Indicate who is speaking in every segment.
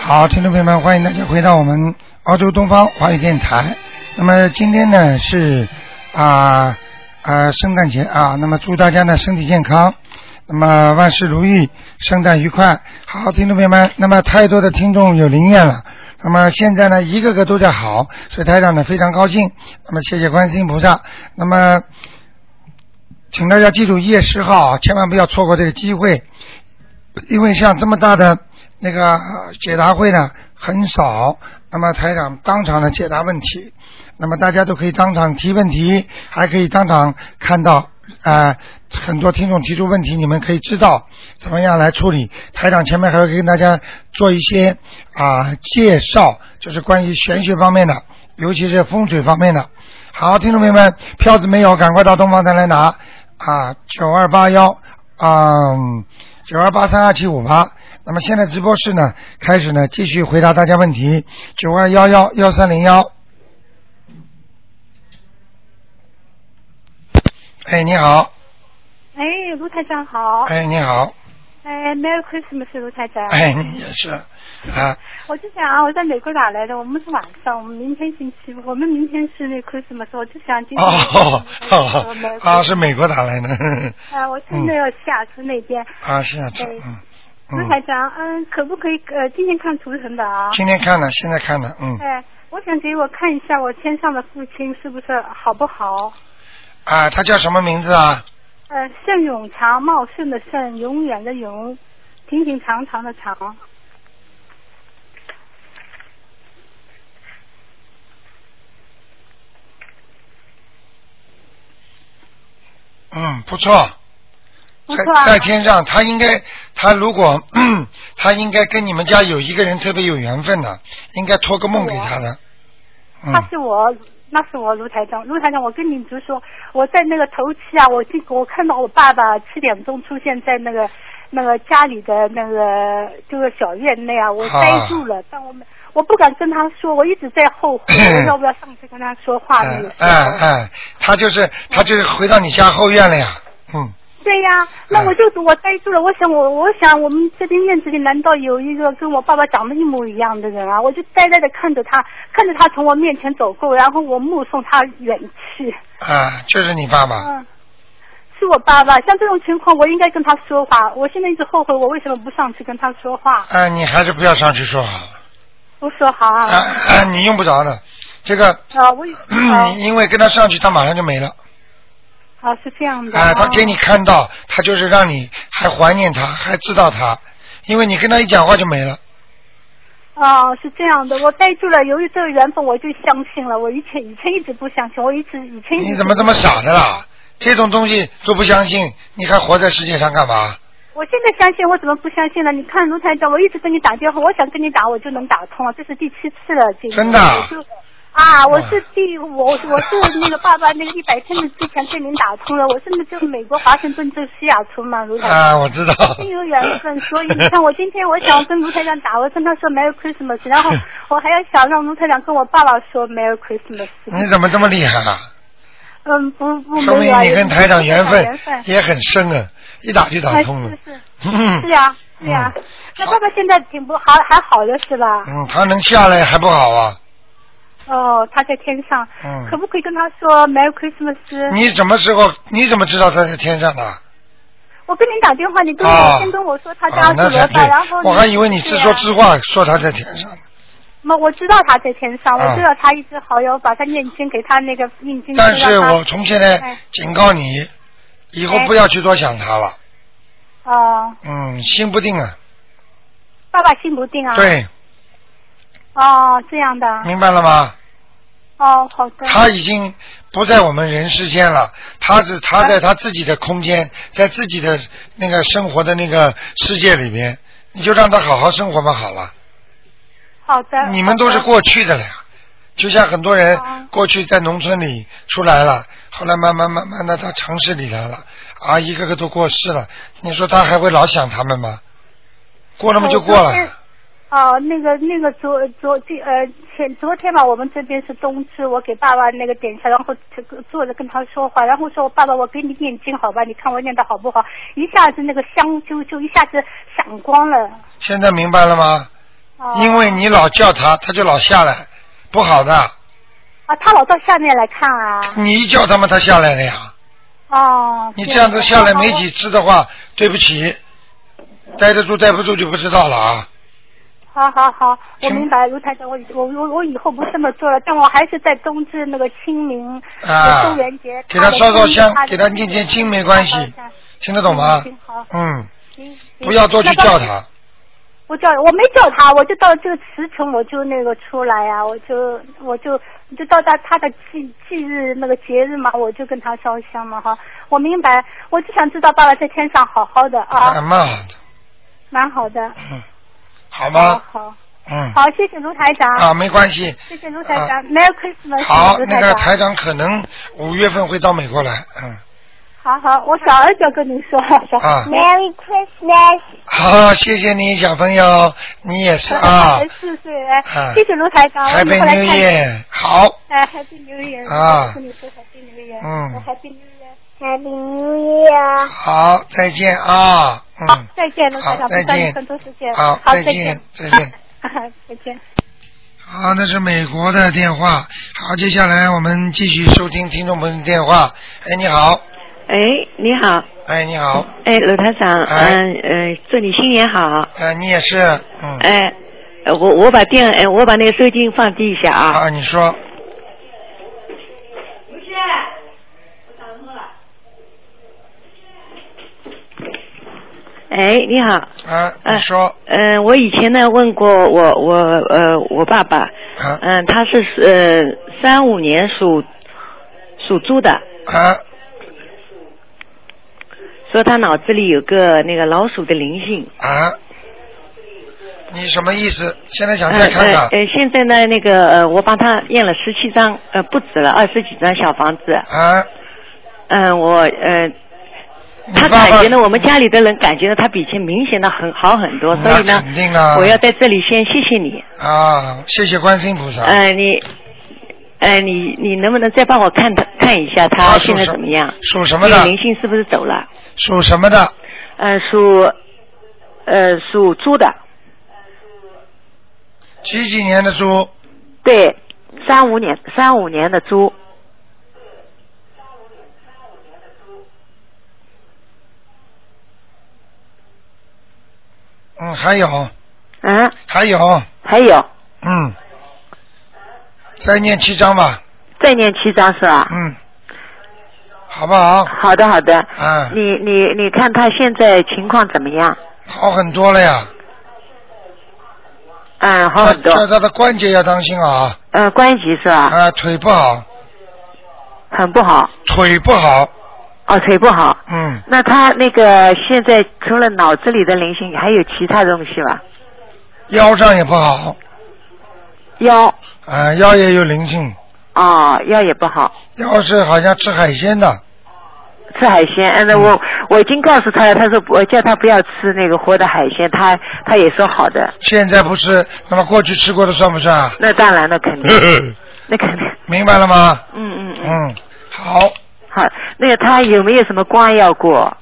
Speaker 1: 好，听众朋友们，欢迎大家回到我们澳洲东方华语电台。那么今天呢是啊啊圣诞节啊，那么祝大家呢身体健康，那么万事如意，圣诞愉快。好，听众朋友们，那么太多的听众有灵验了。那么现在呢，一个个都在好，所以台长呢非常高兴。那么谢谢观世音菩萨。那么，请大家记住一月十号啊，千万不要错过这个机会， 因为像这么大的那个呃解答会呢很少。那么台长当场呢解答问题，那么大家都可以当场提问题，还可以当场看到呃很多听众提出问题，你们可以知道怎么样来处理。台长前面还会跟大家做一些啊、介绍，就是关于玄学方面的，尤其是风水方面的。好，听众朋友们，票子没有，赶快到东方台来拿啊！九二八幺啊，九二八三二七五八。那么现在直播室呢，开始呢，继续回答大家问题。九二幺幺幺三零幺。哎，你好，
Speaker 2: 哎，卢台长好。
Speaker 1: 哎，你好，
Speaker 2: 哎，Merry Christmas，卢台长。
Speaker 1: 哎，你也是啊，
Speaker 2: 我就想啊，我在美国打来的，我们是晚上，我们明天星期，我们明天是那 Christmas，我就想今天。
Speaker 1: 哦，哦
Speaker 2: 呃
Speaker 1: 啊，是。美国打来的， 嗯
Speaker 2: 啊，我是那个西雅图那边。
Speaker 1: 啊，是啊，这，嗯，
Speaker 2: 卢台
Speaker 1: 嗯，
Speaker 2: 长，嗯，可不可以呃，今天看图腾的啊？
Speaker 1: 今天看了，现在看了，嗯，
Speaker 2: 哎，我想给我看一下我天上的父亲是不是好不好？
Speaker 1: 啊，他叫什么名字啊？
Speaker 2: 呃，盛永长，茂盛的盛，永远的永，平平常常的常。
Speaker 1: 嗯，不错，
Speaker 2: 不
Speaker 1: 在
Speaker 2: 错啊。
Speaker 1: 在天上，他应该，他如果， 他应该跟你们家有一个人特别有缘分的，应该托个梦给他的，
Speaker 2: 那
Speaker 1: 嗯，
Speaker 2: 是我，那是我卢台长，卢台长，我跟你就说，我在那个头七啊，我进我看到我爸爸七点钟出现在那个那个家里的那个就是小院内啊，我
Speaker 1: 啊
Speaker 2: 呆住了，但我没我不敢跟他说，我一直在后悔，我要不要上去跟他说话
Speaker 1: 哎
Speaker 2: 那个时候
Speaker 1: 哎哎，他就是他就是回到你家后院了呀，嗯，
Speaker 2: 对呀、那我就我呆住了，我想我我想我们这边院子里难道有一个跟我爸爸长得一模一样的人啊？我就呆呆的看着他，看着他从我面前走过，然后我目送他远去。
Speaker 1: 啊，就是你爸爸，
Speaker 2: 嗯，是我爸爸。像这种情况，我应该跟他说话。我现在一直后悔，我为什么不上去跟他说话？
Speaker 1: 啊，你还是不要上去说好了，
Speaker 2: 不说好
Speaker 1: 啊嗯
Speaker 2: 啊。
Speaker 1: 啊，你用不着的，这个，
Speaker 2: 啊，我也啊
Speaker 1: 你 因为跟他上去，他马上就没了。
Speaker 2: 啊是这样的。
Speaker 1: 啊，他给你看到，他就是让你还怀念他，还知道他，因为你跟他一讲话就没了。
Speaker 2: 啊，是这样的，我呆住了。由于这个缘分，我就相信了。我以前以前一直不相信，我一直以前一直
Speaker 1: 你怎么这么傻的啦？这种东西都不相信，你还活在世界上干嘛？
Speaker 2: 我现在相信，我怎么不相信呢？你看卢台长，我一直跟你打电话，我想跟你打，我就能打通了，这是第七次了，这个
Speaker 1: 真的啊
Speaker 2: 我就啊，我是第我我是那个爸爸那个一百天的之前跟您打通了，我是那就是美国华盛顿州西雅图嘛，卢台长。
Speaker 1: 啊，我知道。
Speaker 2: 真有缘分，所以你看，我今天我想跟卢台长打，我跟他说 Merry Christmas，然后我还要想让卢台长跟我爸爸说 Merry Christmas。
Speaker 1: 你怎么这么厉害啊？
Speaker 2: 嗯，不不，
Speaker 1: 说
Speaker 2: 没有
Speaker 1: 明
Speaker 2: 啊，
Speaker 1: 你跟台长缘分
Speaker 2: 缘分
Speaker 1: 也很深啊，一打就打
Speaker 2: 哎
Speaker 1: 通了
Speaker 2: 是。是是啊
Speaker 1: 嗯
Speaker 2: 呀，是呀。那爸爸现在挺不还还好的是吧？
Speaker 1: 嗯，他能下来还不好啊？
Speaker 2: 哦，他在天上，
Speaker 1: 嗯
Speaker 2: 可不可以跟他说 Merry Christmas？
Speaker 1: 你什么时候？你怎么知道他在天上的？
Speaker 2: 我跟你打电话，你跟我、
Speaker 1: 啊，
Speaker 2: 先跟我说他家
Speaker 1: 啊，
Speaker 2: 住
Speaker 1: 那才
Speaker 2: 罗
Speaker 1: 对
Speaker 2: 巴，然后。啊
Speaker 1: 我还以为你是说
Speaker 2: 对呀
Speaker 1: 知话，说他在天上呢。
Speaker 2: 那我知道他在天上，
Speaker 1: 啊
Speaker 2: 我知道他一直好友把他念经给他那个念经，
Speaker 1: 但
Speaker 2: 就是让他
Speaker 1: 我从现在
Speaker 2: 哎
Speaker 1: 警告你，以后
Speaker 2: 哎
Speaker 1: 不要去多想他了。
Speaker 2: 哦，
Speaker 1: 嗯，心不定啊。
Speaker 2: 爸爸心不定啊。。
Speaker 1: 对，
Speaker 2: 哦，这样的。
Speaker 1: 明白了吗？
Speaker 2: 哦，好的。
Speaker 1: 他已经不在我们人世间了，他是他在他自己的空间，在自己的那个生活的那个世界里边，你就让他好好生活吧，好了。
Speaker 2: 好的。
Speaker 1: 你们都是
Speaker 2: 嗯好的
Speaker 1: 过去的了呀，就像很多人
Speaker 2: 啊
Speaker 1: 过去在农村里出来了，后来慢慢慢慢的到城市里来了，啊，一个个都过世了，你说他还会老想他们吗？过了嘛就过了
Speaker 2: 我昨，天哦，那个那个昨昨这呃前昨天吧，我们这边是冬至，我给爸爸那个点一下，然后这个坐着跟他说话，然后说我爸爸，我给你念经好吧，你看我念的好不好？一下子那个香就就一下子闪光了
Speaker 1: 现在明白了吗？
Speaker 2: 哦
Speaker 1: 因为你老叫他，他就老下来，不好的。
Speaker 2: 啊，他老到下面来看啊。
Speaker 1: 你一叫他们，他下来了呀。
Speaker 2: 哦。
Speaker 1: 你这样子下来没
Speaker 2: 好
Speaker 1: 几次的话，对不起，待得住待不住就不知道了啊。
Speaker 2: 好好好，我
Speaker 1: 行
Speaker 2: 明白，卢台长，我以我我我以后不这么做了，但我还是在冬至那个清明、呃
Speaker 1: 啊
Speaker 2: 中元节，
Speaker 1: 给他烧烧香
Speaker 2: 他的
Speaker 1: 给他念念经没关系
Speaker 2: 好好好
Speaker 1: 听得懂吗
Speaker 2: 行？好，
Speaker 1: 嗯，
Speaker 2: 行行
Speaker 1: 不要多去叫。
Speaker 2: 那到
Speaker 1: 他。
Speaker 2: 我叫我没叫他，我就到这个时辰我就那个出来啊，我就我就就到他他的忌忌日那个节日嘛，我就跟他烧香嘛哈。我明白，我就想知道爸爸在天上好好的
Speaker 1: 哎，
Speaker 2: 啊，
Speaker 1: 蛮好的，
Speaker 2: 蛮好的。
Speaker 1: 嗯，好
Speaker 2: 好
Speaker 1: 吗？
Speaker 2: 好
Speaker 1: 嗯，
Speaker 2: 好，谢谢卢台长，
Speaker 1: 啊，没关系。啊
Speaker 2: 谢谢卢台长，Merry Christmas，
Speaker 1: 好，
Speaker 2: 卢
Speaker 1: 那
Speaker 2: 台
Speaker 1: 个
Speaker 2: 长。
Speaker 1: 台长可能五月份会到美国来，嗯，
Speaker 2: 好好，我小儿子要跟你说，小
Speaker 1: 啊
Speaker 3: Merry Christmas，
Speaker 1: 好，谢谢你小朋友，你也是啊，
Speaker 2: 四岁，哎
Speaker 1: 啊
Speaker 2: 谢谢卢台长，我
Speaker 1: 还
Speaker 2: 以
Speaker 1: 被
Speaker 2: 后来
Speaker 1: 牛
Speaker 2: 看你，
Speaker 1: 业，好，
Speaker 2: 哎，Happy New Year，
Speaker 1: 啊
Speaker 2: 跟你说 Happy New Year，
Speaker 1: 嗯
Speaker 2: 哎，Happy New Year，
Speaker 3: Happy New Year，
Speaker 1: 好，再见啊，
Speaker 2: 好
Speaker 1: 嗯，，
Speaker 2: 再见，卢台
Speaker 1: 好
Speaker 2: 长，
Speaker 1: 再
Speaker 2: 不耽
Speaker 1: 见
Speaker 2: 误更多时间，
Speaker 1: 好
Speaker 2: 好，
Speaker 1: 再
Speaker 2: 再
Speaker 1: 见
Speaker 2: 见，
Speaker 1: 再见，
Speaker 2: 再见。
Speaker 1: 好，那是美国的电话，好，接下来我们继续收听听众朋友的电话，哎，你好，
Speaker 4: 哎，你好，
Speaker 1: 哎，你好，
Speaker 4: 哎，鲁台长，
Speaker 1: 哎
Speaker 4: 嗯呃，祝你新年好，
Speaker 1: 哎，你也是，嗯，
Speaker 4: 哎，呃我我把电，哎，我把那个收音放低一下啊，
Speaker 1: 啊，你说，
Speaker 4: 哎，你好，
Speaker 1: 啊，你说，
Speaker 4: 嗯、我以前呢问过我我呃我爸爸，
Speaker 1: 啊
Speaker 4: 嗯、他是呃三五年属属猪的，
Speaker 1: 啊，
Speaker 4: 说他脑子里有个那个老鼠的灵性，
Speaker 1: 啊，你什么意思？现在想
Speaker 4: 嗯
Speaker 1: 再看
Speaker 4: 呃
Speaker 1: 看
Speaker 4: 呃，现在呢那个呃我帮他验了十七张，呃不止了，二十几张小房子，
Speaker 1: 啊？
Speaker 4: 嗯、我呃
Speaker 1: 你
Speaker 4: 他
Speaker 1: 爸
Speaker 4: 感
Speaker 1: 爸
Speaker 4: 觉呢，我们家里的人感觉到他比以前明显的很好很多，所
Speaker 1: 那
Speaker 4: 哎以呢
Speaker 1: 肯，定嗯啊，
Speaker 4: 我要在这里先谢谢你，
Speaker 1: 啊，谢谢观世音菩萨。
Speaker 4: 呃，你，呃，你你能不能再帮我看他看一下
Speaker 1: 他
Speaker 4: 他
Speaker 1: 啊属
Speaker 4: 现在
Speaker 1: 什
Speaker 4: 怎么样？
Speaker 1: 属什
Speaker 4: 这
Speaker 1: 么
Speaker 4: 个
Speaker 1: 的？
Speaker 4: 灵性是不是走了？
Speaker 1: 属什么的？
Speaker 4: 呃，属，呃，属猪的，
Speaker 1: 几几年的猪？
Speaker 4: 对，三五年三五年的猪，
Speaker 1: 嗯，还有，
Speaker 4: 嗯，
Speaker 1: 还有，
Speaker 4: 还有
Speaker 1: 嗯，再念七章吧，
Speaker 4: 再念七张是吧？
Speaker 1: 嗯，好不好？
Speaker 4: 好的好的，
Speaker 1: 啊，
Speaker 4: 你你你看他现在情况怎么样？
Speaker 1: 好很多了呀。
Speaker 4: 嗯，好很多
Speaker 1: 但，但他的关节要当心啊，
Speaker 4: 呃，关系是吧？
Speaker 1: 啊，腿不好，
Speaker 4: 很不好。
Speaker 1: 腿不好，
Speaker 4: 哦，腿不好。
Speaker 1: 嗯，
Speaker 4: 那他那个现在除了脑子里的灵性，还有其他东西吧？
Speaker 1: 腰上也不好，
Speaker 4: 腰
Speaker 1: 啊，腰也有灵性，
Speaker 4: 哦，腰也不好，
Speaker 1: 腰是好像吃海鲜的，
Speaker 4: 吃海鲜。嗯，那我我已经告诉他了，他说不我叫他不要吃那个活的海鲜，他他也说好的。
Speaker 1: 现在不吃，那么过去吃过的算不算啊？
Speaker 4: 那当然了，肯定，
Speaker 1: 嗯
Speaker 4: 那肯定，
Speaker 1: 明白了吗？
Speaker 4: 嗯嗯嗯，
Speaker 1: 嗯，好，
Speaker 4: 好。那个他有没有什么光耀过？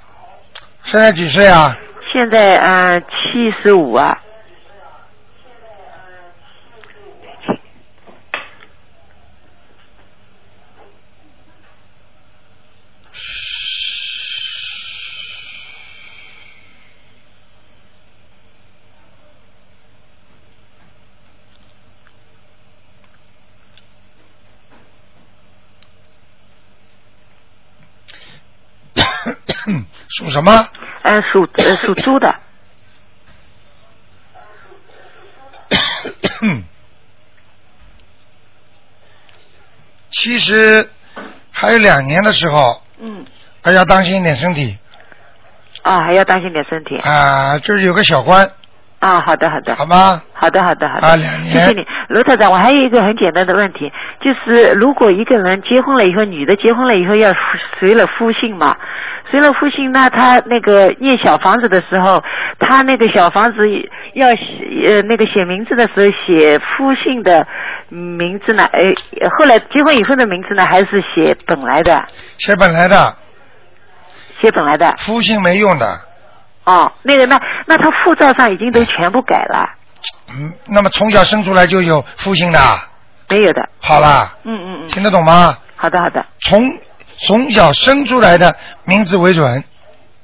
Speaker 1: 现在几岁啊？
Speaker 4: 现在嗯七十五啊。
Speaker 1: 属什么？
Speaker 4: 嗯，属呃属 猪的，
Speaker 1: 其实还有两年的时候，
Speaker 4: 嗯，
Speaker 1: 还要当心一点身体
Speaker 4: 啊，还要当心点身体
Speaker 1: 啊、就是有个小关，
Speaker 4: 啊。好的，好的，
Speaker 1: 好吗？
Speaker 4: 好的，好的，好的。
Speaker 1: 啊，两
Speaker 4: 谢谢
Speaker 1: 年
Speaker 4: 你，罗台长。我还有一个很简单的问题，就是如果一个人结婚了以后，女的结婚了以后要随随了夫姓嘛，随了夫姓，那她那个念小房子的时候，她那个小房子要写呃那个写名字的时候写夫姓的名字呢，哎，后来结婚以后的名字呢，还是写本来的，
Speaker 1: 写本来的，
Speaker 4: 写本来的
Speaker 1: 夫姓没用的，
Speaker 4: 哦，那个那那她护照上已经都全部改了，
Speaker 1: 嗯，那么从小生出来就有父性的，
Speaker 4: 没有的。
Speaker 1: 好啦，
Speaker 4: 嗯嗯嗯，
Speaker 1: 听得懂吗？
Speaker 4: 好的好的，
Speaker 1: 从从小生出来的名字为准，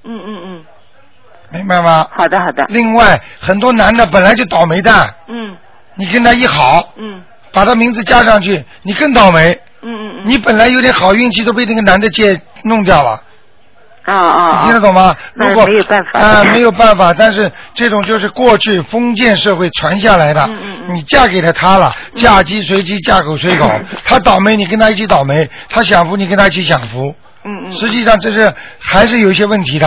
Speaker 4: 嗯嗯嗯，
Speaker 1: 明白吗？
Speaker 4: 好的好的，
Speaker 1: 另外，很多男的本来就倒霉蛋，
Speaker 4: 嗯
Speaker 1: 你跟他一好，
Speaker 4: 嗯
Speaker 1: 把他名字加上去，你更倒霉。
Speaker 4: 嗯嗯嗯，
Speaker 1: 你本来有点好运气，都被那个男的借弄掉了，
Speaker 4: 啊啊
Speaker 1: 你
Speaker 4: 啊，
Speaker 1: 听得懂吗？
Speaker 4: 那
Speaker 1: 如果
Speaker 4: 没有办法
Speaker 1: 啊，没有办法。但是这种就是过去封建社会传下来的，
Speaker 4: 嗯嗯嗯
Speaker 1: 你嫁给了他了，嫁鸡随鸡，嫁狗随狗， 他倒霉你跟他一起倒霉，他享福你跟他一起享福。
Speaker 4: 嗯嗯，
Speaker 1: 实际上这是还是有一些问题的，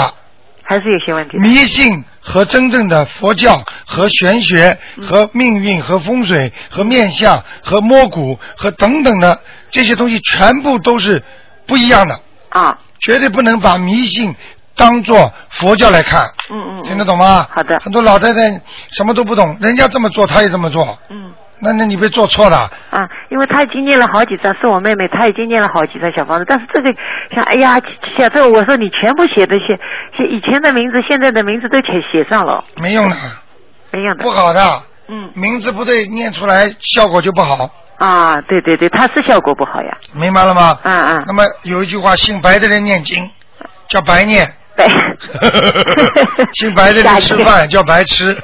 Speaker 4: 还是有些问题的。
Speaker 1: 迷信和真正的佛教和玄学
Speaker 4: 嗯
Speaker 1: 和命运和风水和面相和摸骨和等等的这些东西全部都是不一样的，
Speaker 4: 啊，
Speaker 1: 绝对不能把迷信当做佛教来看，
Speaker 4: 嗯嗯，嗯
Speaker 1: 听得懂吗？
Speaker 4: 好的
Speaker 1: 很多老太太什么都不懂，人家这么做，她也这么做，
Speaker 4: 嗯
Speaker 1: 那那你被做错了，
Speaker 4: 啊，因为她已经念了好几张，是我妹妹，她已经念了好几张小房子，但是这个像哎呀，写这个我说你全部写的写写以前的名字，现在的名字都写写上了，
Speaker 1: 没用的，
Speaker 4: 没样的
Speaker 1: 不。好的，
Speaker 4: 嗯
Speaker 1: 名字不对，念出来效果就不好，
Speaker 4: 啊，对对对，她是效果不好呀。
Speaker 1: 明白了吗？
Speaker 4: 嗯嗯
Speaker 1: 那，么有一句话，姓白的人念经叫白念，。
Speaker 4: 对
Speaker 1: 姓白的人吃饭叫白 吃，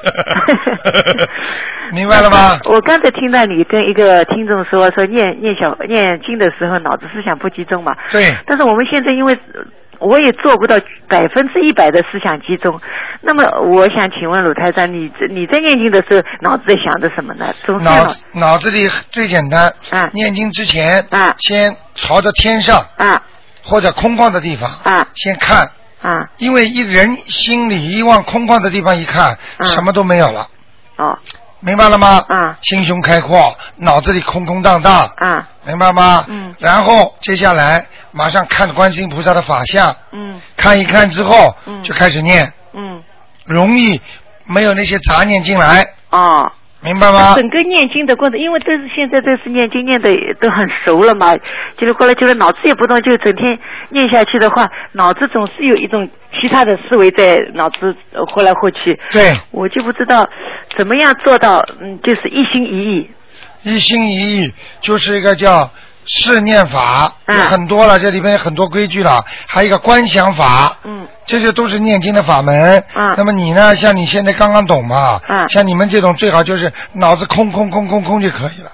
Speaker 1: 明白了吗？
Speaker 4: 呃我刚才听到你跟一个听众说，说念念小念经的时候脑子思想不集中嘛，
Speaker 1: 对，
Speaker 4: 但是我们现在因为呃我也做不到百分之一百的思想集中，那么我想请问鲁台长，你这你在念经的时候脑子在想着什么呢？总是
Speaker 1: 脑脑子里最简单，
Speaker 4: 嗯
Speaker 1: 念经之前，
Speaker 4: 嗯
Speaker 1: 先朝着天上
Speaker 4: 啊
Speaker 1: 或者空旷的地方，
Speaker 4: 啊
Speaker 1: 先看，
Speaker 4: 啊
Speaker 1: 因为一人心里一往空旷的地方一看，
Speaker 4: 嗯
Speaker 1: 什么都没有了，
Speaker 4: 哦
Speaker 1: 明白了吗？
Speaker 4: 嗯
Speaker 1: 心胸开阔，脑子里空空荡荡，
Speaker 4: 啊
Speaker 1: 明白吗？
Speaker 4: 嗯
Speaker 1: 然后接下来马上看观世音菩萨的法相，
Speaker 4: 嗯
Speaker 1: 看一看之后，
Speaker 4: 嗯
Speaker 1: 就开始念，
Speaker 4: 嗯
Speaker 1: 容易没有那些杂念进来，
Speaker 4: 哦。
Speaker 1: 明白吗？
Speaker 4: 整个念经的过程，因为都是现在都是念经念的都很熟了嘛，就是过来就是脑子也不动，就整天念下去的话，脑子总是有一种其他的思维在脑子呃豁来豁去。
Speaker 1: 对，
Speaker 4: 我就不知道怎么样做到，嗯，就是一心一意。
Speaker 1: 一心一意就是一个叫试念法，有
Speaker 4: 嗯
Speaker 1: 很多了，这里面有很多规矩了，还有一个观想法。
Speaker 4: 嗯
Speaker 1: 这些都是念经的法门。
Speaker 4: 嗯
Speaker 1: 那么你呢？像你现在刚刚懂嘛？
Speaker 4: 嗯
Speaker 1: 像你们这种最好就是脑子空空空空空就可以了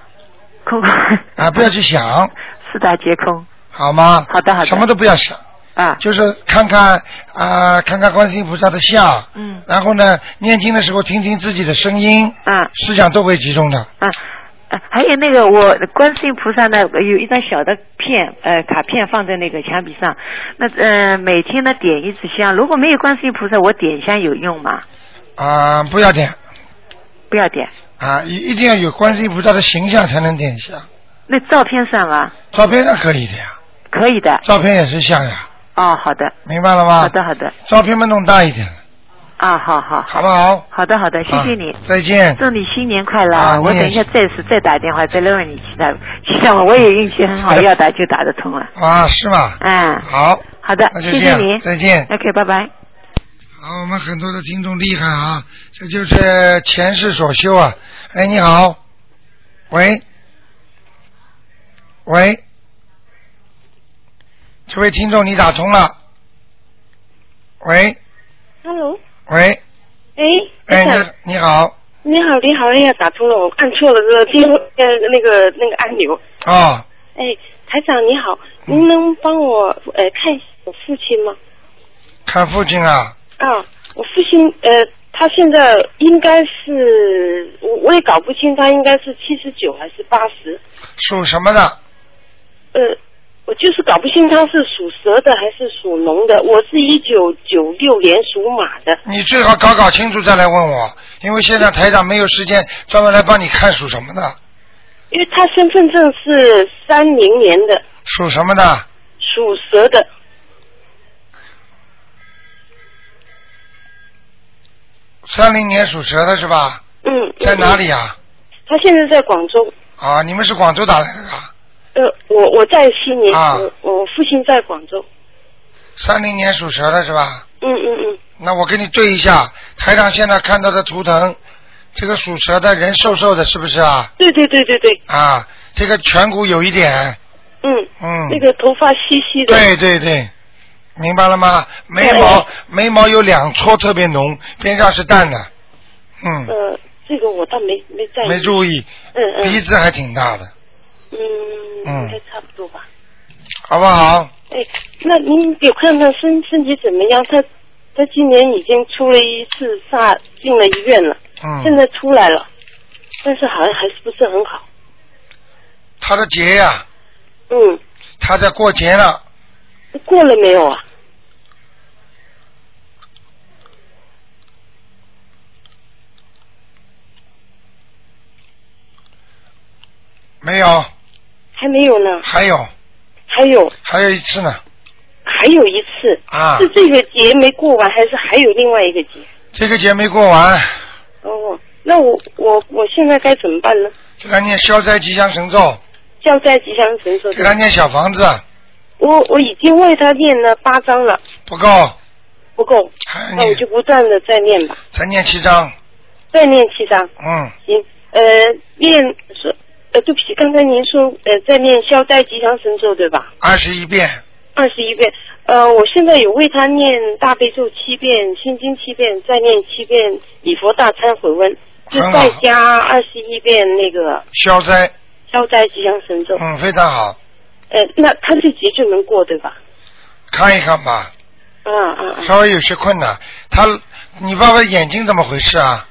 Speaker 4: 空空
Speaker 1: 啊，不要去 想，
Speaker 4: 四大皆空
Speaker 1: 好吗？
Speaker 4: 好的好的
Speaker 1: 什么都不要想，
Speaker 4: 啊。
Speaker 1: 就是看看啊、看看观世音菩萨的像，
Speaker 4: 嗯
Speaker 1: 然后呢，念经的时候听听自己的声音，
Speaker 4: 啊
Speaker 1: 思想都会集中的。
Speaker 4: 啊。啊还有那个，我观世音菩萨呢，有一张小的片，呃，卡片放在那个墙壁上。那呃，每天呢点一支香。如果没有观世音菩萨，我点香有用吗？
Speaker 1: 啊、不要点
Speaker 4: 不要点。
Speaker 1: 啊，一一定要有观世音菩萨的形象才能点像，
Speaker 4: 那照片算吗？
Speaker 1: 照片上可以的呀，
Speaker 4: 可以的。
Speaker 1: 照片也是像呀，
Speaker 4: 哦，好的，
Speaker 1: 明白了吗？
Speaker 4: 好的，好的。
Speaker 1: 照片嘛弄大一点，
Speaker 4: 啊，好好，
Speaker 1: 好不好？
Speaker 4: 好的，好的，谢谢
Speaker 1: 啊
Speaker 4: 你。
Speaker 1: 再见。
Speaker 4: 祝你新年快乐！
Speaker 1: 啊
Speaker 4: 我
Speaker 1: 你也
Speaker 4: 等一下
Speaker 1: 是
Speaker 4: 再次再打电话再问问你其他其他我也运气很
Speaker 1: 哎
Speaker 4: 好，要打就打得通了。
Speaker 1: 啊，是吗？
Speaker 4: 嗯，
Speaker 1: 好，
Speaker 4: 好的
Speaker 1: 那，就
Speaker 4: 谢
Speaker 1: 这
Speaker 4: 谢
Speaker 1: 样，
Speaker 4: 你。
Speaker 1: 再见。
Speaker 4: OK，拜拜。
Speaker 1: 好，我们很多的听众厉害啊，这就是前世所修啊。哎，你好，喂，喂，这位听众你打通了，喂
Speaker 5: Hello，
Speaker 1: 喂，
Speaker 5: 哎，
Speaker 1: 哎，你
Speaker 5: 你好
Speaker 1: 你好，
Speaker 5: 你好，你好，哎呀，打通了，我按错了这个电话，呃，那个那个按钮。
Speaker 1: 哦，
Speaker 5: 哎，台长你好，
Speaker 1: 嗯
Speaker 5: 您能帮我呃看一下我父亲吗？
Speaker 1: 看父亲啊，
Speaker 5: 啊，我父亲呃，他现在应该是我我也搞不清，他应该是七十九还是八十？
Speaker 1: 属什么的？
Speaker 5: 呃，我就是搞不清他是属蛇的还是属龙的。我是一九九六年属马的。
Speaker 1: 你最好搞搞清楚再来问我，因为现在台长没有时间专门来帮你看属什么的，
Speaker 5: 因为他身份证是三零年的，
Speaker 1: 属什么的。
Speaker 5: 属蛇的。
Speaker 1: 三零年属蛇的是吧？
Speaker 5: 嗯，
Speaker 1: 在哪
Speaker 5: 里？
Speaker 1: 里啊呀、
Speaker 5: 他现在在广州。
Speaker 1: 啊？你们是广州打来的啊？
Speaker 5: 呃，我我在悉尼，
Speaker 1: 啊
Speaker 5: 我我父亲在广州。
Speaker 1: 三零年属蛇的是吧？
Speaker 5: 嗯嗯嗯，
Speaker 1: 那我跟你对一下，台长现在看到的图腾，这个属蛇的人瘦瘦的，是不是啊？
Speaker 5: 对对对对对，
Speaker 1: 啊，这个颧骨有一点，
Speaker 5: 嗯，
Speaker 1: 嗯，
Speaker 5: 那个头发稀稀的，
Speaker 1: 对对对，明白了吗？眉毛眉毛有两撮特别浓，边上是淡的，嗯，
Speaker 5: 呃，这个我倒没没在意，
Speaker 1: 没注意，
Speaker 5: 嗯嗯
Speaker 1: 鼻子还挺大的，
Speaker 5: 嗯，
Speaker 1: 嗯
Speaker 5: 应该差不多吧。
Speaker 1: 好不好？
Speaker 5: 哎，那您给看看身身体怎么样？他他今年已经出了一次煞，进了医院了，现
Speaker 1: 嗯，
Speaker 5: 在出来了，但是好像还是不是很好。
Speaker 1: 他的劫呀、
Speaker 5: 嗯，
Speaker 1: 他在过节了，
Speaker 5: 过了没有啊？
Speaker 1: 没有？
Speaker 5: 还没有呢，
Speaker 1: 还有
Speaker 5: 还有
Speaker 1: 还有一次呢，
Speaker 5: 还有一次，
Speaker 1: 啊
Speaker 5: 是，这个节没过完，还是还有另外一个节？
Speaker 1: 这个节没过完，
Speaker 5: 哦，那我我我现在该怎么办呢？
Speaker 1: 给他念消灾吉祥神咒，
Speaker 5: 消灾吉祥神咒
Speaker 1: 给，他念小房子
Speaker 5: 我我已经为他念了八章了，
Speaker 1: 不够，
Speaker 5: 不够，
Speaker 1: 还要
Speaker 5: 那我
Speaker 1: 念
Speaker 5: 就不断的再念吧，
Speaker 1: 再念七张，
Speaker 5: 再念七章。
Speaker 1: 嗯，
Speaker 5: 行，呃，念说，呃，对不起，刚才您说，呃，在念消灾吉祥神咒对吧？
Speaker 1: 二十一遍，
Speaker 5: 二十一遍。呃，我现在有为他念大悲咒七遍，心经七遍，再念七遍礼佛大忏悔文，就
Speaker 1: 很好
Speaker 5: 再加二十一遍那个
Speaker 1: 消灾，
Speaker 5: 消灾吉祥神咒。
Speaker 1: 嗯，非常好，
Speaker 5: 呃，那他这节就能过对吧？
Speaker 1: 看一看吧，
Speaker 5: 啊啊啊！
Speaker 1: 稍微有些困难。他，你爸爸眼睛怎么回事啊？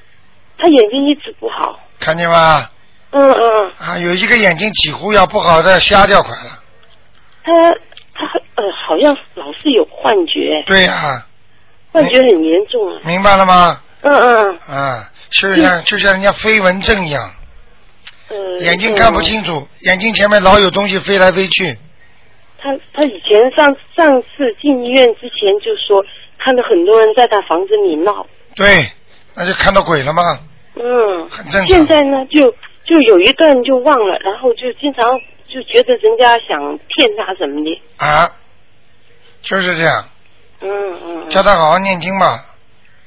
Speaker 5: 他眼睛一直不好。
Speaker 1: 看见吗？
Speaker 5: 嗯嗯，嗯
Speaker 1: 啊，有一个眼睛几乎要不好的瞎掉快了。
Speaker 5: 他他呃好像老是有幻觉，
Speaker 1: 对呀、
Speaker 5: 幻觉很严重啊。
Speaker 1: 明白了吗？
Speaker 5: 嗯嗯
Speaker 1: 啊，就像就像人家飞蚊症一样，
Speaker 5: 嗯。呃嗯
Speaker 1: 眼睛看不。清楚，眼睛前面老有东西飞来飞去。
Speaker 5: 他他以前上上次进医院之前就说，看到很多人在他房子里闹，
Speaker 1: 对，那就看到鬼了吗？
Speaker 5: 嗯，
Speaker 1: 很正常
Speaker 5: 现在呢，就就有一段就忘了，然后就经常就觉得人家想骗他什么的，
Speaker 1: 啊，就是这样，
Speaker 5: 嗯嗯。
Speaker 1: 叫他好好念经吧。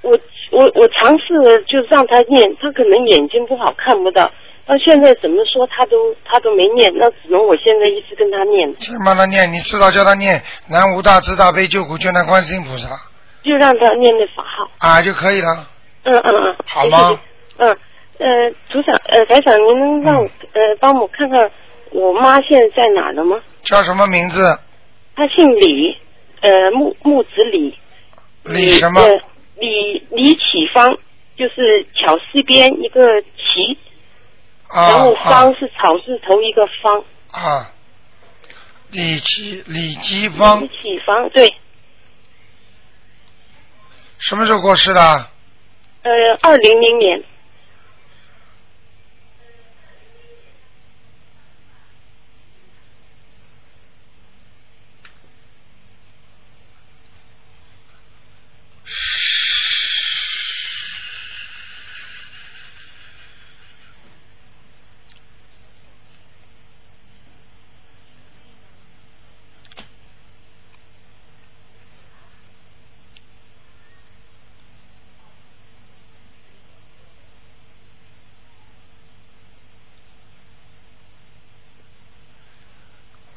Speaker 5: 我我我尝试了就让他念，他可能眼睛不好看不到，那现在怎么说他都他都没念，那只能我现在一直跟他念，
Speaker 1: 先帮他念，你至少叫他念南无大慈大悲救苦救难观世音菩萨
Speaker 5: 就让他念的法号，
Speaker 1: 啊就可以了，
Speaker 5: 嗯嗯嗯，
Speaker 1: 好吗？
Speaker 5: 嗯，呃，组长，呃，台长，您
Speaker 1: 嗯
Speaker 5: 能让我、呃帮我看看我妈现在在哪了吗？
Speaker 1: 叫什么名字？
Speaker 5: 她姓李，呃，木木子李，
Speaker 1: 李什么？
Speaker 5: 呃李李启芳，就是巧四边一个齐，呃然
Speaker 1: 啊
Speaker 5: 后
Speaker 1: 啊
Speaker 5: 芳是草字头一个芳，
Speaker 1: 啊！李吉李吉芳
Speaker 5: 李启芳，对，
Speaker 1: 什么时候过世的？
Speaker 5: 呃，二零零年，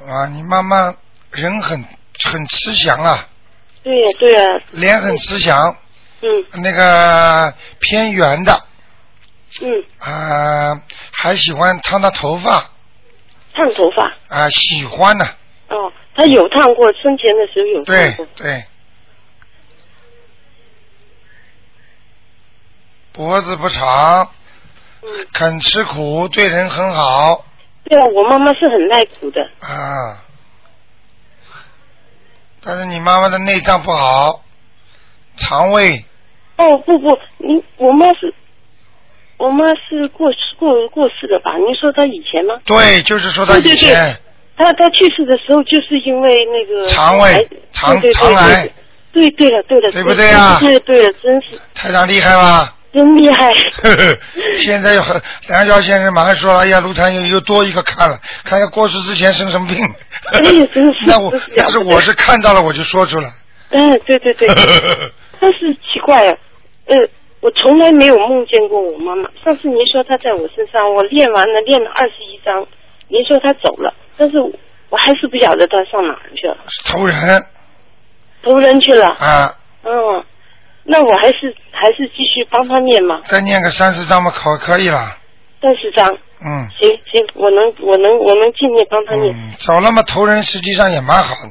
Speaker 1: 啊，你妈妈人很很慈祥啊，
Speaker 5: 对呀、对
Speaker 6: 啊
Speaker 5: 呀、
Speaker 1: 脸很慈祥，
Speaker 5: 嗯
Speaker 1: 那个偏圆的
Speaker 5: 嗯，
Speaker 1: 啊，还喜欢烫她头发
Speaker 5: 烫头发，
Speaker 1: 啊，喜欢呢、
Speaker 5: 哦，她有烫过，生前的时候有烫
Speaker 1: 对
Speaker 5: 过，
Speaker 1: 对，脖子不长，
Speaker 5: 嗯，
Speaker 1: 肯吃苦，对人很好
Speaker 5: 对啊，我妈妈是很耐苦的，
Speaker 1: 啊。但是你妈妈的内脏不好，肠胃
Speaker 5: 哦不不，您我妈是，我妈是过世过过世的吧？您说她以前吗？
Speaker 1: 对，就是说她以
Speaker 5: 对对对
Speaker 1: 前
Speaker 5: 她她去世的时候就是因为那个
Speaker 1: 肠胃
Speaker 5: 癌
Speaker 1: 肠
Speaker 5: 对对对
Speaker 1: 肠癌
Speaker 5: 对对了对了，
Speaker 1: 对不对啊
Speaker 5: 对对了，真是
Speaker 1: 台长厉害吧？
Speaker 5: 真厉害，
Speaker 1: 呵呵， 现在有很梁霄先生马上说了，哎呀，卢台又又多一个看了，看看过世之前生什么病。
Speaker 5: 哎呀真是
Speaker 1: 那我
Speaker 5: 真是了不得
Speaker 1: 但是我是
Speaker 5: 哎
Speaker 1: 看到了我就说出来。
Speaker 5: 嗯对对对，但是奇怪啊，呃，我从来没有梦见过我妈妈。上次您说她在我身上，我练完了，练了二十一章，您说她走了，但是我还是不晓得她上哪儿去了，
Speaker 1: 投人
Speaker 5: 投人去了。
Speaker 1: 啊，
Speaker 5: 嗯，那我还是还是继续帮她念嘛，
Speaker 1: 再念个三十章嘛，可可以了。
Speaker 5: 三十章。
Speaker 1: 嗯
Speaker 5: 行行，我能我能我能尽力帮她念。
Speaker 1: 嗯，走了嘛，投人实际上也蛮好的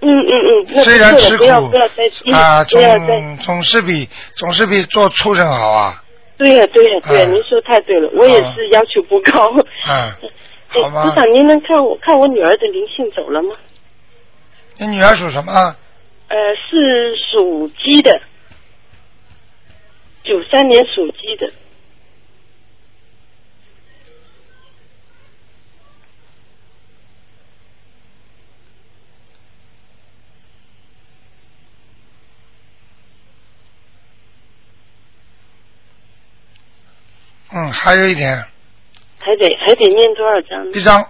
Speaker 5: 嗯嗯嗯，那不
Speaker 1: 虽然吃
Speaker 5: 错了，不要
Speaker 1: 苦
Speaker 5: 不要再低，
Speaker 1: 啊，
Speaker 5: 不要再。
Speaker 1: 总总是比总是比做畜生好啊，
Speaker 5: 对呀、对呀、对呀、
Speaker 1: 啊
Speaker 5: 您说太对了，我也是要求不高。
Speaker 1: 嗯，
Speaker 5: 哎
Speaker 1: 好吗
Speaker 5: 组？长，您能看我看我女儿的灵性走了吗？
Speaker 1: 你女儿属什么？
Speaker 5: 呃，是属鸡的，九三年属鸡的。
Speaker 1: 嗯，还有一点，
Speaker 5: 还得还得念多少章呢？
Speaker 1: 一张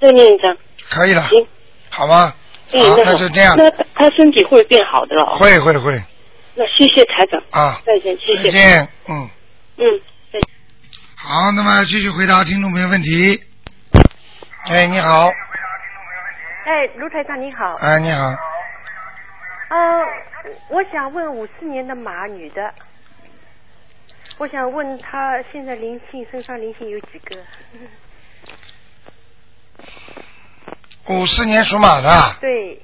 Speaker 5: 再念一张。
Speaker 1: 可以了，
Speaker 5: 行，
Speaker 1: 好吗？
Speaker 5: 哎，
Speaker 1: 好，
Speaker 5: 好
Speaker 1: 那就这样，
Speaker 5: 那她身体会变好的哦。
Speaker 1: 会会会
Speaker 5: 那谢谢台长，
Speaker 1: 啊，
Speaker 5: 再见，谢
Speaker 1: 再
Speaker 5: 谢。
Speaker 1: 见，嗯。
Speaker 5: 嗯，再见。
Speaker 1: 好，那么继续回答听众朋友问题。哎，你好，
Speaker 7: 哎，卢台长你好。
Speaker 1: 哎，你好，
Speaker 7: 呃，我想问五四年的马女的，我想问她现在灵性身上灵性有几个？
Speaker 1: 五四年属马的，
Speaker 7: 对，